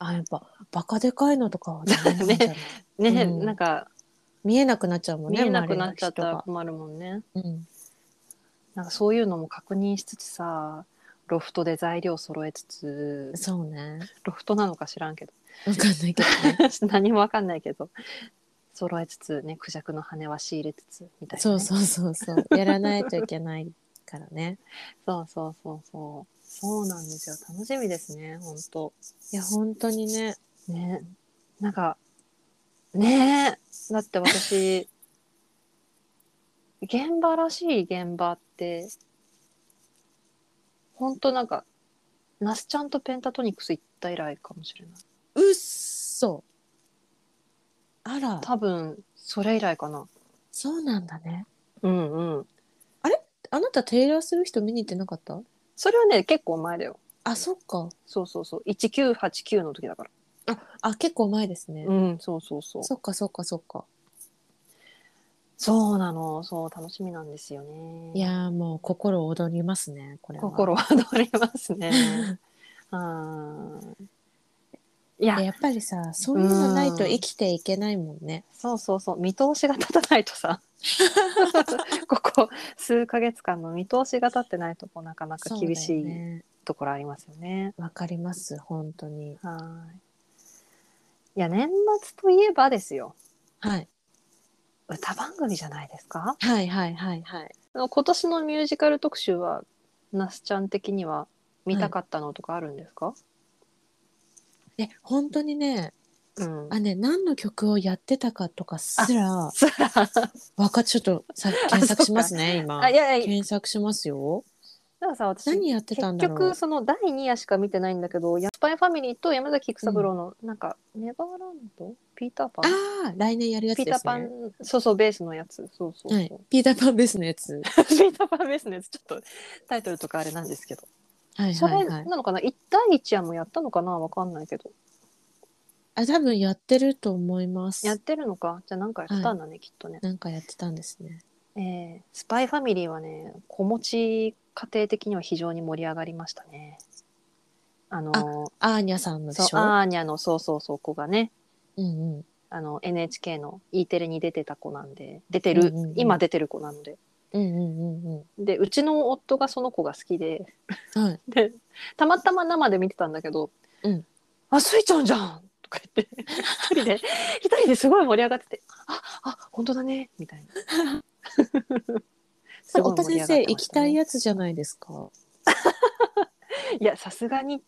S2: あやっぱバカでかいのとかはダメなんじゃない
S1: ね、
S2: うん
S1: なんか
S2: 見えなくなっちゃうもん
S1: 見
S2: ね。
S1: えなくなっちゃった
S2: 周り
S1: ら
S2: の人
S1: 困るもんね
S2: がうん
S1: なんかそういうのも確認しつつさロフトで材料揃えつ つ
S2: そうね。
S1: ロフトなのか知らん けど
S2: わかんないけどね。
S1: 何もわかんないけど揃えつつねクジャクの羽は仕入れつつみたいなね、
S2: そうそうそうそうやらないといけないからね。
S1: そうそうそうそうそうなんですよ。楽しみですね、本当
S2: いや本当にね
S1: ね。なんか、ねえ。だって私、現場らしい現場って、本当なんか、ナスちゃんとペンタトニクス行った以来かもしれない。
S2: うっそあら
S1: 多分、それ以来かな。
S2: そうなんだね
S1: うんうん。
S2: あなたテイラー・スウィフト見に行ってなかった
S1: それはね、結構前だよ。
S2: あそっか
S1: そうそうそう。1989の時だから。
S2: ああ結構前ですね、
S1: うん、そうそうそう。
S2: そっかそっかそっか
S1: そうなの。そう、楽しみなんですよね。
S2: いやーもう心躍りますねこれは
S1: 心は通りますね。 うんいや
S2: いや、やっぱりさそういうのないと生きていけないもんね
S1: そうそうそう、見通しが立たないと さ、ここ数ヶ月間の見通しが立ってないと、こうなかなか
S2: そうだよ
S1: 厳しい
S2: ね
S1: ところありますよね。
S2: わ、かります本当に
S1: はい。いや、年末といえばですよ、
S2: はい
S1: 歌番組じゃないですか。
S2: はいはいはいはい
S1: 今年のミュージカル特集は、那須ちゃん的には見たかったのとかあるんですか、
S2: え本当にね
S1: うん。
S2: あね何の曲をやってたかとかすら
S1: そら
S2: わかちょっとさ検索しますね今
S1: あ、いやいや、
S2: 検索しますよ
S1: なんかさ、私、
S2: 何やってたん
S1: 結
S2: だろう
S1: 局その第2夜しか見てないんだけどやスパイファミリーと山崎育三郎のなんか、ネバーランドピーターパン
S2: ああ来年やるやつ
S1: ピ
S2: です
S1: ー
S2: ね
S1: ターパンそうそうベースのやつそうそうそう、
S2: はい、ピーターパンベースのやつは
S1: ピーターパンベースのやつちょっとタイトルとかあれなんですけど、
S2: い
S1: そ
S2: は
S1: れ
S2: いは
S1: ないのかな一第一夜もやったのかなわかんないけど
S2: あ多分やってると思います
S1: やってるのかじゃあなんかやったんだね、きっとね、
S2: なんかやってたんですね
S1: えースパイファミリーはね子持ち家庭的には非常に盛り上がりましたねあの
S2: アーニャさんので
S1: そう
S2: しょ
S1: アーニャのそうそうそう子がね
S2: うんうん
S1: あの NHK の E テレに出てた子なんで出てる、
S2: うんうんうん
S1: 今出てる子なので
S2: うんうんうん
S1: でうちの夫がその子が好きで
S2: うんはい
S1: でたまたま生で見てたんだけど「
S2: うん
S1: あスイちゃんじゃん!」とか言って一人で一人ですごい盛り上がってて「ああ本当だね」みたいな。 すごい盛り上がってましたね
S2: 太田先生行きたいやつじゃないですか
S1: いやさすがに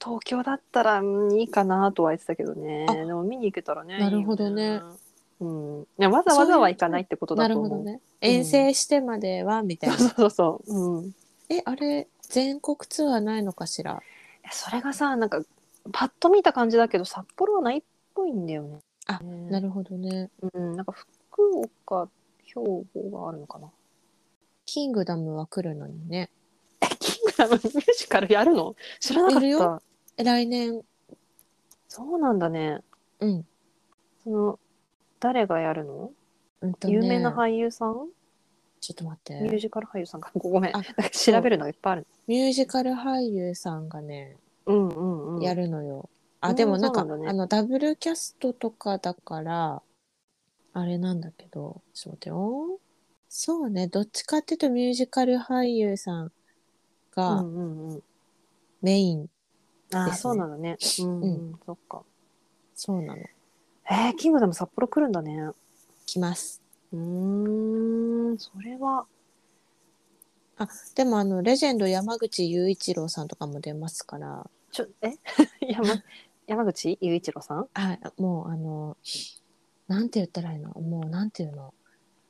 S1: 東京だったらうんいいかなとは言ってたけどね
S2: あ
S1: でも見に行けたらね
S2: なるほど
S1: い
S2: ね
S1: いようん、いやわざわざは行かないってこと
S2: な
S1: だ
S2: る
S1: と
S2: ほ
S1: 思
S2: ど
S1: う
S2: ね遠征してまではみたいな、
S1: そうそうそうそう、うん、
S2: えあれ全国ツアーないのかしら
S1: えそれがさなんかパッと見た感じだけど札幌はないっぽいんだよね。
S2: あ
S1: ね
S2: なるほどね
S1: うん、なんか福岡兵庫があるのかな。
S2: キングダムは来るのにね
S1: えキングダムミュージカルやるの知らなか
S2: や
S1: っ
S2: るよ
S1: た。
S2: え来年
S1: そうなんだね。
S2: うん、
S1: その誰がやるの、
S2: うんとね
S1: 有名な俳優さん
S2: ちょっと待って
S1: ミュージカル俳優さんか ごごめん
S2: あ
S1: なんか調べるのがいっぱいある。
S2: ミュージカル俳優さんがね、
S1: うんうんうん。
S2: やるのよ。
S1: う
S2: あ、
S1: ん
S2: でもなんか、
S1: そうなんだね
S2: あの、ダブルキャストとかだから、あれなんだけど、ちょっと待ってよ。そうね、どっちかっていうとミュージカル俳優さん
S1: う
S2: が
S1: んうんうん。
S2: メイン。
S1: あー、
S2: ですね
S1: そうなんだね。うん、う、
S2: うん
S1: そっか。
S2: そうなの。
S1: えー、キングダム札幌来るんだね。
S2: 来ます。
S1: うーん、それは
S2: でもあの、レジェンド山口雄一郎さんとかも出ますから、
S1: ちょえ 山山口雄一郎さん
S2: はい、もうあの、なんて言ったらいいのもうなんていうの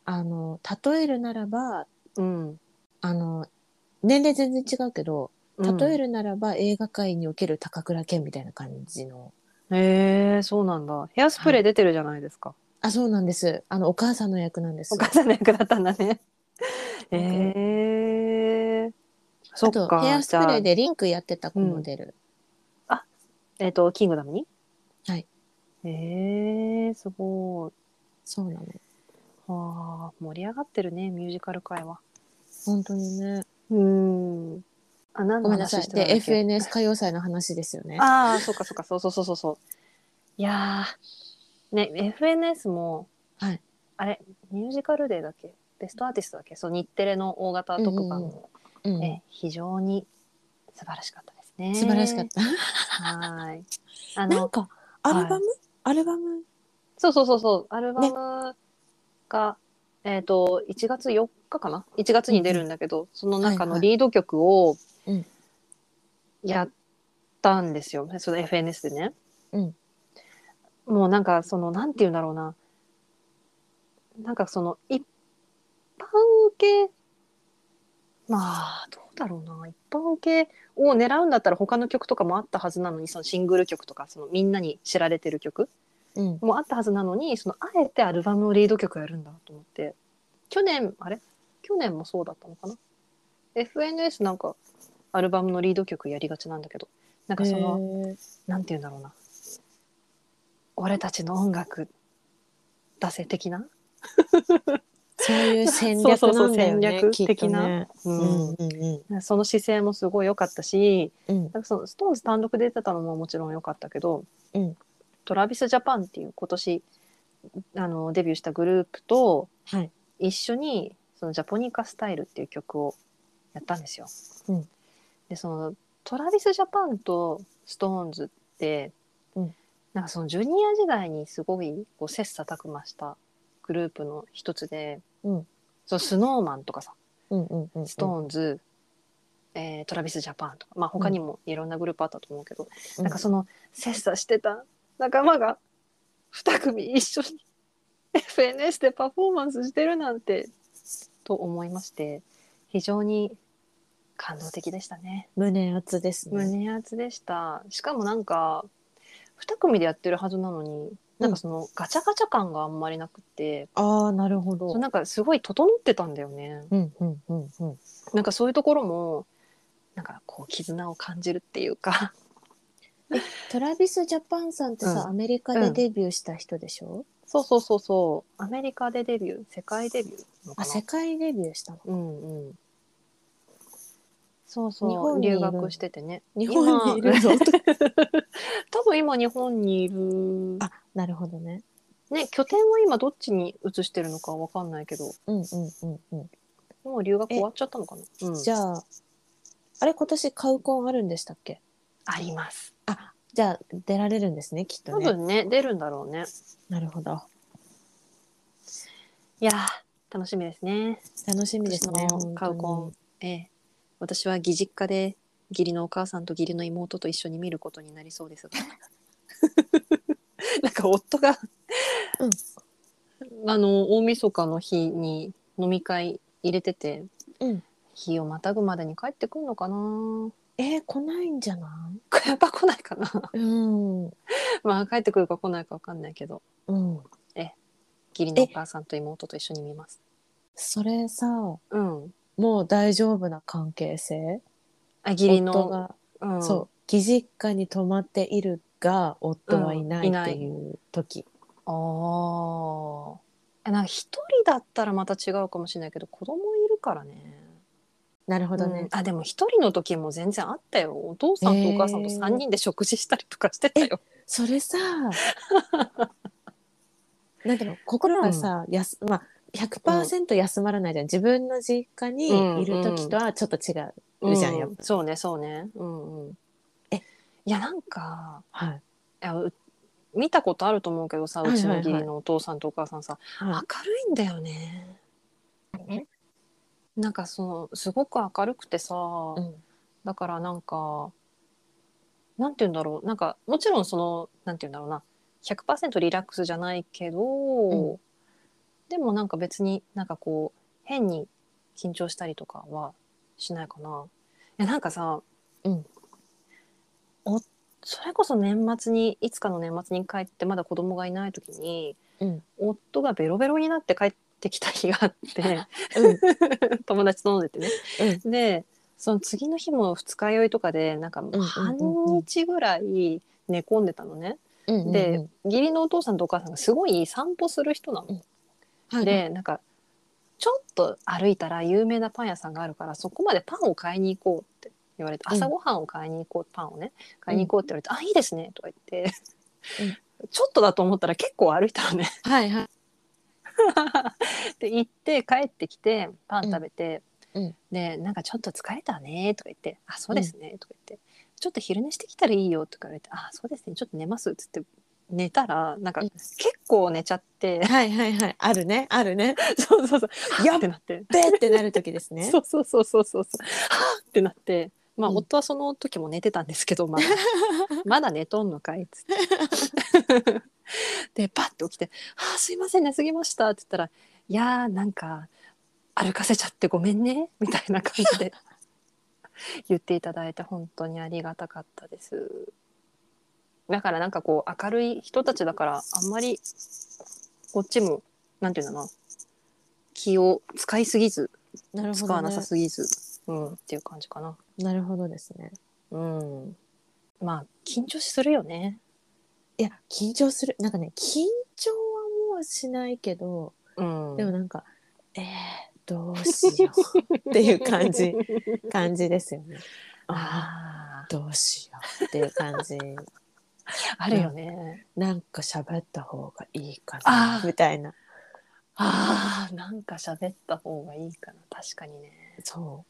S2: あの、例えるならば、
S1: うん。
S2: あの、年齢全然違うけど、例え
S1: る。
S2: るならば映画界における高倉健みたいな感じの。
S1: へえそうなんだ。ヘアスプレー出てるじゃないですか。
S2: あ、そうなんです。あの、お母さんの役なんです
S1: お。母さんの役だったんだ ね。へえそ
S2: あ
S1: っ
S2: と、
S1: か。
S2: ヘアスプレー
S1: じゃ
S2: でリンクやってた子も出る。
S1: あ。えっ、と、キングダムに
S2: はい。
S1: へえすごい。
S2: そうなの。
S1: あー盛り上がってるね、ミュージカル界は。
S2: 本当にね。
S1: うーん。あ、何
S2: ご
S1: の
S2: めんな
S1: 話
S2: さ
S1: し
S2: い。
S1: てたん
S2: で、
S1: だっけ
S2: FNS 歌謡祭の話ですよね。
S1: ああ、そっかそっか、そうそうそうそうそう。いやー、ね、FNS も、
S2: はい
S1: あれ、ミュージカルデーだっけベストアーティストだっけそう、日テレの大型特番
S2: うん
S1: も、
S2: うん
S1: え非常に素晴らしかったですね。
S2: 素晴らしかった。
S1: た。はーい。あ
S2: なん
S1: の、
S2: か、ア
S1: はい
S2: ルバム、アルバム
S1: そうそうそうそう、アルバムが、えっ、と、1月4日かな ?1 月に出るんだけど、その中のリード曲を、
S2: はいはいうん
S1: やったんですよその FNS でね、
S2: うん
S1: もうなんかそのなんて言うんだろうななんかその一般受けまあどうだろうな一般受けを狙うんだったら他の曲とかもあったはずなのにそのシングル曲とかそのみんなに知られてる曲
S2: うん
S1: もあったはずなのにそのあえてアルバムのリード曲やるんだと思って去年あれ去年もそうだったのかな FNS なんかアルバムのリード曲やりがちなんだけどなんかその、
S2: へー
S1: なんて言うんだろうな俺たちの音楽出せ的な、
S2: そういう戦略なんだよね
S1: そうそうそう戦略
S2: きっとねうんうんうん
S1: その姿勢もすごい良かったし
S2: うん
S1: なんかそのストーンズ単独で出てたのももちろん良かったけど、
S2: うん
S1: トラビスジャパンっていう今年あのデビューしたグループと
S2: はい
S1: 一緒にそのジャポニカスタイルっていう曲をやったんですよ。
S2: うん
S1: でそのトラビスジャパンとストーンズって、
S2: うん
S1: なんかそのジュニア時代にすごいこう切磋琢磨したグループの一つで、
S2: うん
S1: そのスノーマンとかさ
S2: うんうんうん
S1: ストーンズ、えートラビスジャパンとか、まあ、他にもいろんなグループあったと思うけど、なんかその切磋してた仲間が2組一緒に FNS でパフォーマンスしてるなんてと思いまして非常に感動的でしたね
S2: 胸熱ですね
S1: 胸熱でしたしかもなんか2組でやってるはずなのになんかそのガチャガチャ感があんまりなくて、
S2: ああなるほ
S1: そ
S2: ど
S1: うなんかすごい整ってたんだよね。
S2: うんうんうんうん
S1: なんかそういうところもなんかこう絆を感じるっていうか
S2: トラビス・ジャパンさんってさ、
S1: うん
S2: アメリカでデビューした人でしょ、
S1: そうそうそうそうアメリカでデビュー世界デビューなのか
S2: あ
S1: な
S2: 世界デビューしたの
S1: うんうんそうそう
S2: 日本にい
S1: 留
S2: る
S1: 学しててね
S2: 日本にいるの
S1: 今 多分今日本にいる
S2: あ なるほどね
S1: ね拠点は今どっちに移してるのかわかんないけど
S2: うんうんうんうん
S1: もう留学終わっちゃったのかな、うん、
S2: じゃああれ今年カウコンあるんでしたっけ
S1: あります
S2: じゃあ出られるんですねきっ
S1: 多
S2: とね
S1: 分ね出るんだろうね
S2: なるほど
S1: いやー楽しみですね
S2: 楽しみですね
S1: 私のカウコンええ、私は義実家で義理のお母さんと義理の妹と一緒に見ることになりそう ですがなんか夫が、
S2: うん
S1: あの大晦日の日に飲み会入れてて、
S2: うん
S1: 日をまたぐまでに帰ってくるのかな
S2: えー、来ないんじゃな
S1: やっぱ来ないかな
S2: いうんうん
S1: まあ帰ってくるか来ないか分かんないけど義理のお母さんと妹と一緒に見ます
S2: それさ
S1: うん
S2: もう大丈夫な関係性
S1: あ義理
S2: 夫
S1: の、
S2: が、
S1: うん、
S2: そう義実家に泊まっているが夫はいな
S1: うん
S2: い
S1: い
S2: っ
S1: ない
S2: ていう時、
S1: ああ。なんか一人だったらまた違うかもしれないけど、子供いるからね。
S2: なるほど
S1: うん
S2: ね、
S1: あ、でも一人の時も全然あったよ。お父さんとお母さんと
S2: へー
S1: 三人で食事したりとかしてたよ。
S2: そ れさなんていうの心がさ、やすまあ100%休まらないじゃん自分の実家にいる時とはちょっと違う、
S1: う
S2: いるじゃんやっぱ
S1: そうね、そうね。うんうん。
S2: え
S1: いや、なんか、
S2: はい
S1: いやう見たことあると思うけどさ、
S2: はいうはい
S1: ちの
S2: はい
S1: 義理のお父さんとお母さんさ、
S2: はい
S1: 明るいんだよね。なんかその、すごく明るくてさ、
S2: うん
S1: だからなんかなんて言うんだろうなんかもちろんそのなんて言うんだろうな100%リラックスじゃないけど、
S2: う
S1: でもなんか別になんかこう変に緊張したりとかはしないかな。いやなんかさ、
S2: うん
S1: おそれこそ年末にいつかの年末に帰ってまだ子供がいない時に
S2: うん
S1: 夫がベロベロになって帰ってきた日があって。
S2: うん
S1: 友達と飲んでてね、
S2: う
S1: でその次の日も二日酔いとかでなんか
S2: うん
S1: 半日ぐらい寝込んでたのね、
S2: うんうん
S1: で、義理のお父さんとお母さんがすごい散歩する人なの、
S2: はい
S1: でなんかちょっと歩いたら有名なパン屋さんがあるからそこまでパンを買いに行こうって言われて
S2: うん
S1: 朝ごはんを買いに行こうパンをね買いに行こうって言われて「あいいですね」とか言って、 ちょっとだと思ったら結構歩いたのね
S2: はいはい
S1: で行って帰ってきてパン食べて、
S2: うんうん
S1: でなんかちょっと疲れたねとか言って「あそうですね」とか言って「ちょっと昼寝してきたらいいよ」とか言われて「あそうですねちょっと寝ます」っつって寝たらなんか
S2: うん
S1: 結構寝ちゃって、
S2: はいはいはいあるねあるね
S1: そうそうそう「
S2: や
S1: っ!」
S2: って
S1: なって、
S2: べーってなる時ですね
S1: そうそうそうそうそうそう「はっ!」ってなってまあ、
S2: うん
S1: 夫はその時も寝てたんですけど、 まだまだ寝とんのかいっつって でパッて起きて「あーすいません寝すぎました」って言ったら「いやーなんか歩かせちゃってごめんね」みたいな感 じで言っていただいて本当にありがたかったです。だからなんかこう明るい人たちだからあんまりこっちもなんていうのかな気を使いすぎず
S2: なる
S1: 使
S2: ほど、
S1: わな
S2: ね
S1: さ。すぎず、うん、っていう感じかな。
S2: なるほどですね。
S1: うん。まあ、緊張するよね。
S2: いや、緊張する。なんかね、緊張はもうしないけど、
S1: うん。
S2: でもなんか、えー、どうしようっていう感 じ、感じですよね。
S1: あ
S2: ああ、どうしようっていう感じ。
S1: あ、あるよね。
S2: なんか喋った方がいいか
S1: あ
S2: な、
S1: ー
S2: みたいな。
S1: ああ、なんか喋った方がいいかな。確かにね。
S2: そ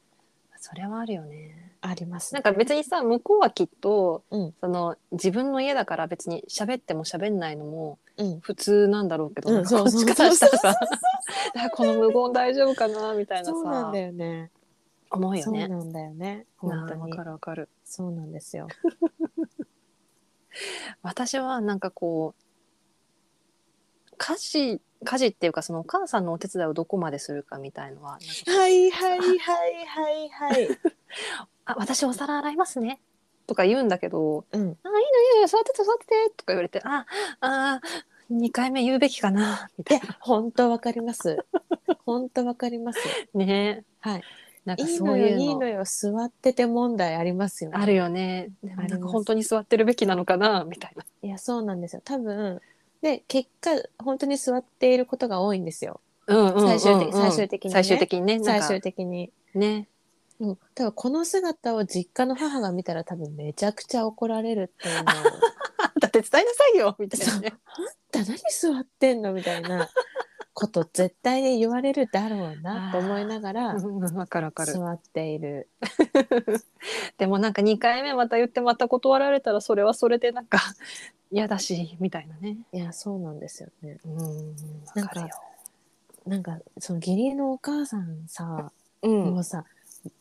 S2: う、
S1: それはあるよね。
S2: あります、
S1: なんか別にさ、向こうはきっと、
S2: うん
S1: その自分の家だから別に喋っても喋んないのも
S2: うん。
S1: 普通なんだろうけど、
S2: うん
S1: なんかこっちからしたら さ、あこの無言大丈夫かなみたいな
S2: そうなん
S1: さ
S2: だ、よね。
S1: 思うよ
S2: そう
S1: ね。
S2: なんだよね。
S1: な
S2: 本
S1: ん
S2: 当
S1: わ
S2: に
S1: か。るわかる。
S2: そうなんですよ。
S1: 私はなんかこう家事家事っていうかそのお母さんのお手伝いをどこまでするかみたいのはなんか
S2: はいはいはいはいはい。
S1: あ私お皿洗いますね」とか言うんだけど 「あ
S2: うん
S1: いいのいいの座ってて座ってて」とか言われて「ああ2回目言うべきかな」み
S2: い
S1: たい
S2: や、本当わかります。本当わかります。
S1: なね
S2: はい。
S1: なんか
S2: いい
S1: そ
S2: の
S1: う
S2: よ、
S1: いうの
S2: いいのよ、座ってて問題ありますよね。
S1: あるよねでも
S2: あり
S1: な
S2: ま
S1: んか
S2: す
S1: 本当に座ってるべきなのかなみたいない
S2: や、そうなんですよ。多分、で、結果、本当に座っていることが多いんですよ。
S1: うんうんうんうん
S2: 最終的最終的にね
S1: 最終的にねなん
S2: 最
S1: か
S2: 終的に。
S1: ね
S2: うん、多分この姿を実家の母が見たら多分めちゃくちゃ怒られるっていう のを
S1: あんた手伝いなさいよみたい
S2: そ
S1: な
S2: う
S1: ね
S2: だ何座ってんのみたいなこと絶対に言われるだろうなと思いながら
S1: うんうんわかるわかる
S2: 座っている。
S1: でもなんか2回目また言ってまた断られたらそれはそれでなんか 嫌だしみたいなね。
S2: いやそうなんですよね。
S1: うん、
S2: なんかなんかその義理のお母さんさ、
S1: う
S2: も
S1: ん
S2: う、さ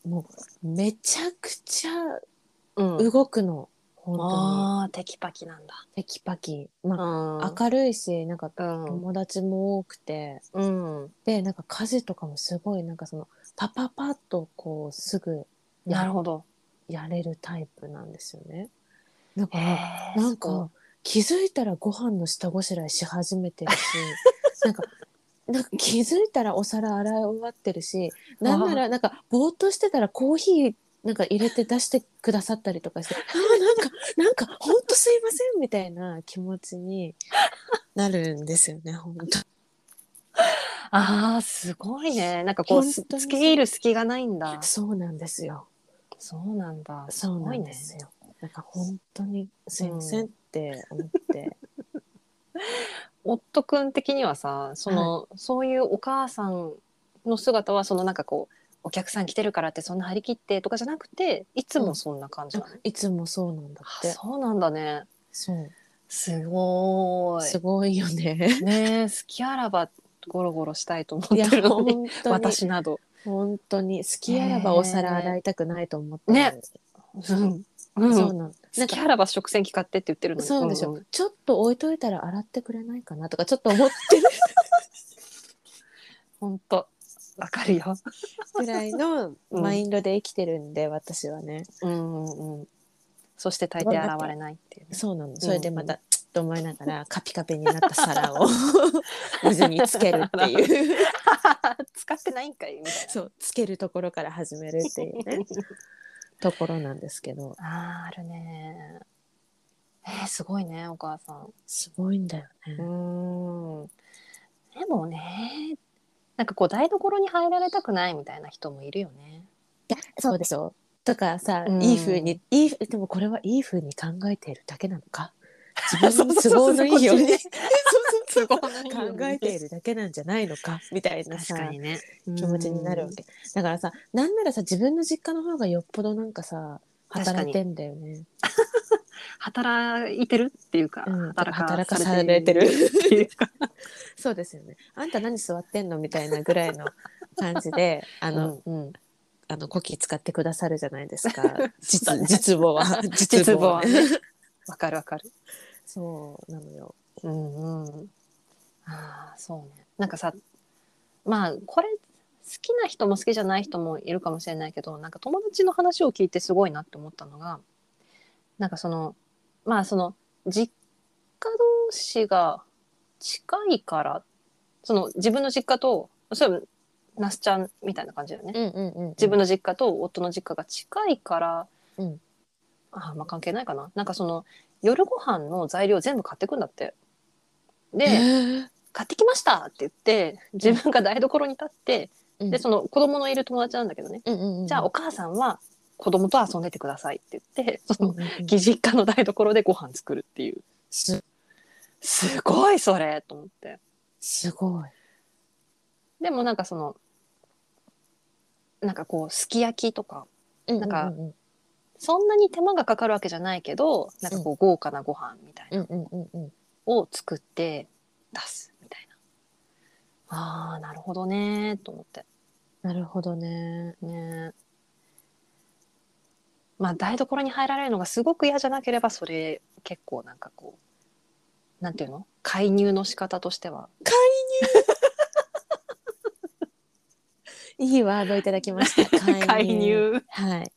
S2: もうめちゃくちゃ
S1: うん、
S2: 動くの、本
S1: ああテキパキなんだ。
S2: 当にテキパキ。ま
S1: ん
S2: あ、明るいしなんか
S1: うん
S2: 友達も多くて。
S1: うん、
S2: でなんか家事とかもすごいなんかそのパパパッとこうすぐや
S1: なるほど。
S2: やれるタイプなんですよね。だか
S1: へー
S2: らなん
S1: すごい
S2: か気づいたらご飯の下ごしらえし始め てるしなんかなんか気づいたらお皿洗い終わってるしなんならなんかぼーっとしてたらコーヒーなんか入れて出してくださったりとか して「あーなんかなんかほんとすいません」みたいな気持ちになるんですよね本当
S1: ああすごいね。なんかこう
S2: 本
S1: す
S2: 当に
S1: つけ入る隙がないんだ。
S2: そうなんですよ。
S1: そうなんだ。
S2: そう
S1: ご
S2: ないん
S1: ね
S2: ですよ。なんか本当にすいませんって思って。
S1: 夫君的にはさその、そういうお母さんの姿はそのなんかこうお客さん来てるからってそんな張り切ってとかじゃなくていつもそんな感じなの、
S2: いつもそうなんだっ
S1: あ
S2: て。
S1: そうなんだね。
S2: そう。
S1: すごー
S2: すごいよね。
S1: い。ねえ、好きあらばゴロゴロしたいと思っ
S2: い や
S1: てるの
S2: 本
S1: に、
S2: 当に
S1: 私など。
S2: 本当に好きあらばお皿洗いたくないと思って。
S1: ね。うん。う。
S2: そうんなん。な
S1: 好
S2: ん
S1: き
S2: か
S1: あらば食洗機買ってって言ってるのに。
S2: そうでしょ、
S1: んん
S2: ちょっと置いといたら洗ってくれないかなとかちょっと思ってる
S1: ほんと。わかるよ。
S2: ぐらい の
S1: うん
S2: マインドで生きてるんで、私はね。
S1: うんうんうん。そして大抵現れないっていうね、
S2: そうなの。それでまた、ちっと思いながらカピカピになった皿を 水につけるっていう。
S1: 使ってないんかいみたい
S2: そうつけるところから始めるっていう ねところなんですけど
S1: な。あーあるね。えー、すごいね、お母さん。
S2: すごいんだよ
S1: う
S2: ね。
S1: ん。でもね、なんかこう台所に入られたくないみたいな人もいるよね。
S2: そうでしょとかさ、
S1: うん
S2: いい風にいいでもこれはいい風に考えているだけなの か自分の都合のいいように
S1: そう
S2: そうそう
S1: 都合のいいように
S2: 考えているだけなんじゃないのかみたいな
S1: 確
S2: さ
S1: かにね
S2: 気持ちになるわけだからさなんならさ自分の実家の方がよっぽどなんかさ
S1: 確かに
S2: 働いてんだよね。
S1: 働いてるっていうか、
S2: うん
S1: 働
S2: 働
S1: か
S2: か
S1: さ
S2: さ
S1: れ
S2: れ
S1: て
S2: て
S1: る
S2: る
S1: っていう か
S2: そうですよね。あんた何座ってんのみたいなぐらいの感じであの、
S1: うん
S2: あのコキ使ってくださるじゃないですか 実実母は
S1: 実母
S2: は
S1: はね。わかるわかる。
S2: そうなのよ
S1: うんうん。ああ、そうね。なんかさ、まあ、これ、好きな人も好きじゃない人もいるかもしれないけど、なんか友達の話を聞いてすごいなって思ったのが、なんかその、まあその、実家同士が近いから、その自分の実家と、それなすちゃんみたいな感じだよね。
S2: うんうんうん
S1: 自分の実家と夫の実家が近いから、
S2: うん
S1: あーまあ関係ないかななんかその夜ご飯の材料全部買ってくんだってで、
S2: で
S1: 買ってきましたって言って自分が台所に立って、
S2: うん
S1: でその子供のいる友達なんだけどね、
S2: うんうんうん
S1: じゃあお母さんは子供と遊んでてくださいって言ってそ
S2: うんう
S1: の
S2: んうん
S1: 義実家の台所でご飯作るっていう
S2: す
S1: すごいそれと思って
S2: すごい
S1: でもなんかそのなんかこうすき焼きとかなんか
S2: うん
S1: そんなに手間がかかるわけじゃないけどなんかこう豪華なご飯みたいな
S2: うんうんうんうん
S1: を作って出すみたいなあーなるほどねーと思って
S2: なるほどね
S1: ねーまあ台所に入られるのがすごく嫌じゃなければそれ結構なんかこうなんていうの介入の仕方としては
S2: いいワードいただきまし た 介入
S1: 介入
S2: はい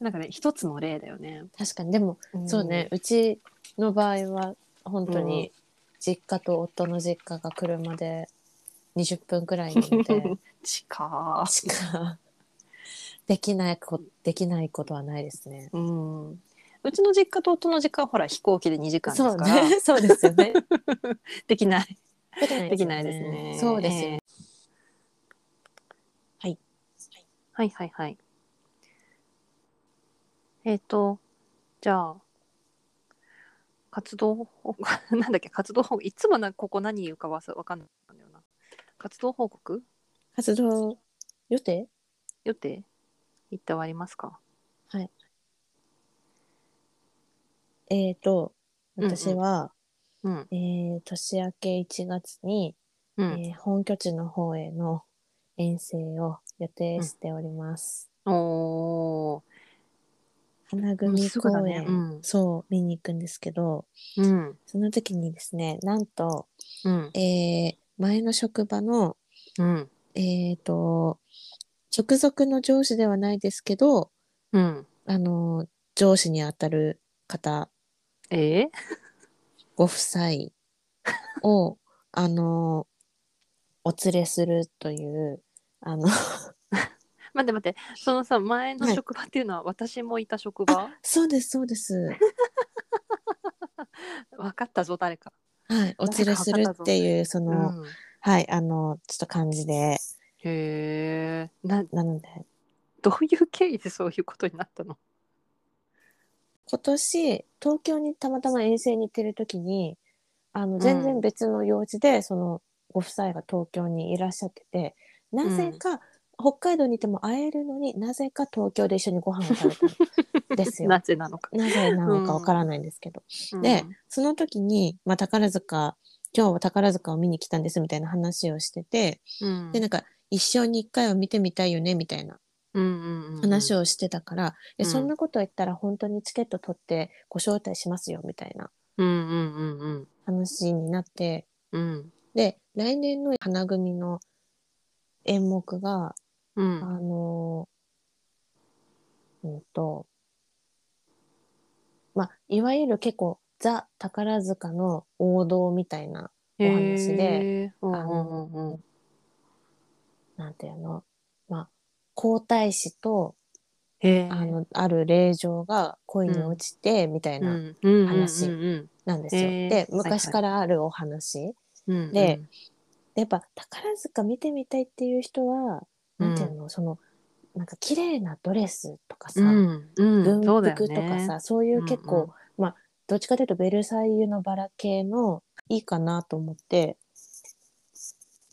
S1: なんかね一つの例だよね、
S2: 確かにでも
S1: ん
S2: そう ね、うちの場合は本当に実家と夫の実家が車で20分くらいなの で
S1: 近ー
S2: しか できないこできないことはないですね。
S1: うんうちの実家と夫の実家はほら飛行機で2時間で
S2: そう
S1: すから、
S2: ね、そうですよね。
S1: でき ない
S2: できない
S1: できないですね。
S2: そうですよね。
S1: えーはい。はいはいはい。えっ、と、じゃあ、活動報告、 なんだっけ、活動報告、いつもなここ何言うかわさわかんないんだよな。活動報告
S2: 活動予定？
S1: 予定言って終わりますか
S2: えっ、と
S1: うんうん
S2: 私は、
S1: うん。
S2: えー年明け1月に、
S1: うん。
S2: えー本拠地の方への遠征を予定しております。
S1: お
S2: 花
S1: ー、もう
S2: 組
S1: すぐだ
S2: 公
S1: ね
S2: 園。。
S1: うん。
S2: そう見に行くんですけど
S1: うん。
S2: その時にですねなんと、
S1: うん。
S2: えー前の職場の
S1: うん。
S2: えっ、と直属の上司ではないですけど
S1: うん。
S2: あの上司にあたる方
S1: え
S2: ご夫妻を あのお連れするというあの
S1: 待って待って、そのさ、前の
S2: はい
S1: 職場っていうのは私もいた職 場
S2: そうですそうです
S1: 分かったぞ、誰か。
S2: はいお連れするっていうその、
S1: うん、
S2: はいあのちょっと感じで
S1: へえ。な、
S2: なので
S1: どういう経緯でそういうことになったの。
S2: 今年東京にたまたま遠征に行ってる時にあの
S1: ん
S2: 全然別の用事で、そのご夫妻が東京にいらっしゃっててなぜか、北海道にいても会えるのになぜか東京で一緒にご飯を食べたんですよ。
S1: なぜなのか。
S2: なぜなのかわからないんですけど、でその時に、まあ、宝塚今日は宝塚を見に来たんですみたいな話をしてて、
S1: うん、
S2: でなんか一生に一回は見てみたいよねみたいな
S1: うんうんうん、
S2: 話
S1: を。
S2: をしてたから、いや
S1: うん
S2: そんなこと言ったら本当にチケット取ってご招待しますよみたいな
S1: うんうんうんうん。
S2: 話になって
S1: うん。
S2: で来年の花組の演目が、
S1: うん
S2: あのうんとまあいわゆる結構ザ宝塚の王道みたいなお話で
S1: へー。うんうんうんうん。
S2: なんていうのまあ皇太子と
S1: へえ。
S2: あのある令嬢が恋に落ちてみたいな
S1: の
S2: 話
S1: うんうん
S2: なんですよ。
S1: へー
S2: で
S1: はいはい
S2: 昔からあるお話、
S1: うんうん、
S2: ででやっぱ宝塚見てみたいっていう人は、
S1: うん
S2: なんていうのそのなんか綺麗なドレスとかさ、
S1: うんうん、
S2: 軍
S1: そうだ
S2: 服
S1: よ
S2: とか
S1: ね
S2: さそう,、いう結構、
S1: うん
S2: まあどっちかというとベルサイユのバラ系のいいかなと思って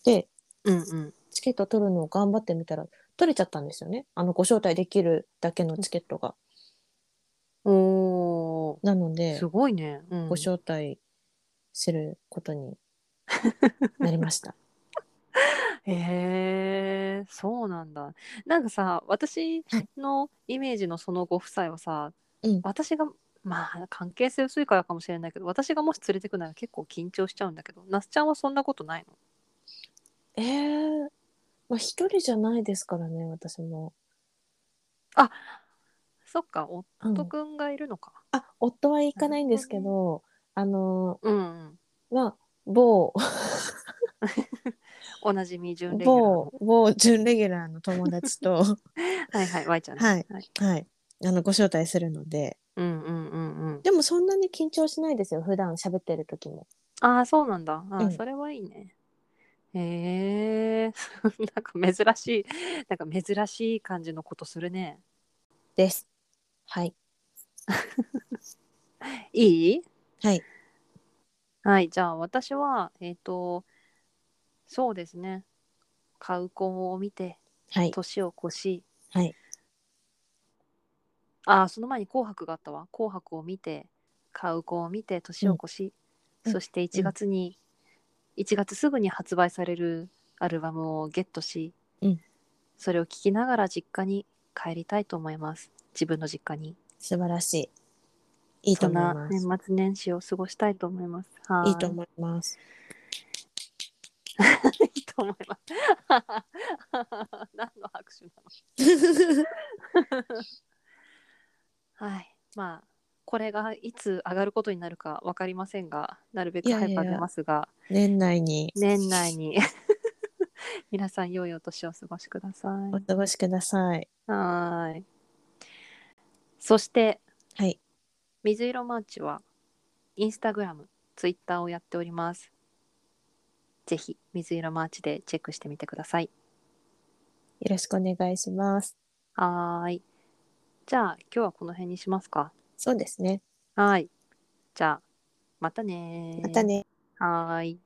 S2: で
S1: うんうん、
S2: チケット取るのを頑張ってみたら取れちゃったんですよねあのご招待できるだけのチケットが。
S1: お
S2: なの
S1: ー
S2: です
S1: ごいね、うん、
S2: ご招 待することになりました。
S1: へえ、そうなんだ。なんかさ、私
S2: はい
S1: のイメージのそのご夫妻はさ、
S2: うん
S1: 私が、まあ、関係性薄いからかもしれないけど、私がもし連れてくなら結構緊張しちゃうんだけど、那須ちゃんはそんなことないの
S2: えー、まあ一人じゃないですからね私も、
S1: そっか、
S2: うん
S1: 夫くんがいるのか。
S2: あ夫は行かないんですけどあの
S1: うん、
S2: まあ某
S1: うん。同じみ準レギュラーの
S2: 某某準レギュラーの友達と
S1: はいはい、ワイちゃんね。
S2: はいはいあのご招待するので
S1: うんうんうんうん。
S2: でもそんなに緊張しないですよ普段喋ってる時も
S1: ああ、そうなんだ。あー
S2: うん
S1: それはいいね。へえ、 なんか珍しい、なんか珍しい感じのことするね。
S2: ですはい
S1: いい
S2: はい
S1: はい、じゃあ私は、えっ、と、そうですね。カウコンを見て、
S2: はい
S1: 年を越し、
S2: はい
S1: ああ、その前に紅白があったわ。紅白を見て、カウコンを見て、年を越し、
S2: うん
S1: そして1月に、1月すぐに発売されるアルバムをゲットし、
S2: うん
S1: それを聴きながら実家に帰りたいと思います。自分の実家に。
S2: 素晴らしいいいと
S1: そん
S2: 思い
S1: な
S2: ます
S1: 年末年始を過ごしたいと思います。はい
S2: いと思い ます
S1: いいと思います。何の拍手なの。はい。まあこれがいつ上がることになるかわかりませんが、なるべく
S2: いやい
S1: 早
S2: やい
S1: く
S2: や
S1: 上げますが、
S2: 年内に
S1: 年内に 皆さん良いお年をお過ごしくださ
S2: お過ごしください
S1: い。はーい。そして
S2: はい
S1: 水色マーチはインスタグラム、ツイッターをやっております。ぜひ水色マーチでチェックしてみてください。
S2: よろしくお願いします
S1: はーい。じゃあ今日はこの辺にしますか。
S2: そうですね
S1: はい。じゃあ、またねー
S2: また。ね
S1: はーい。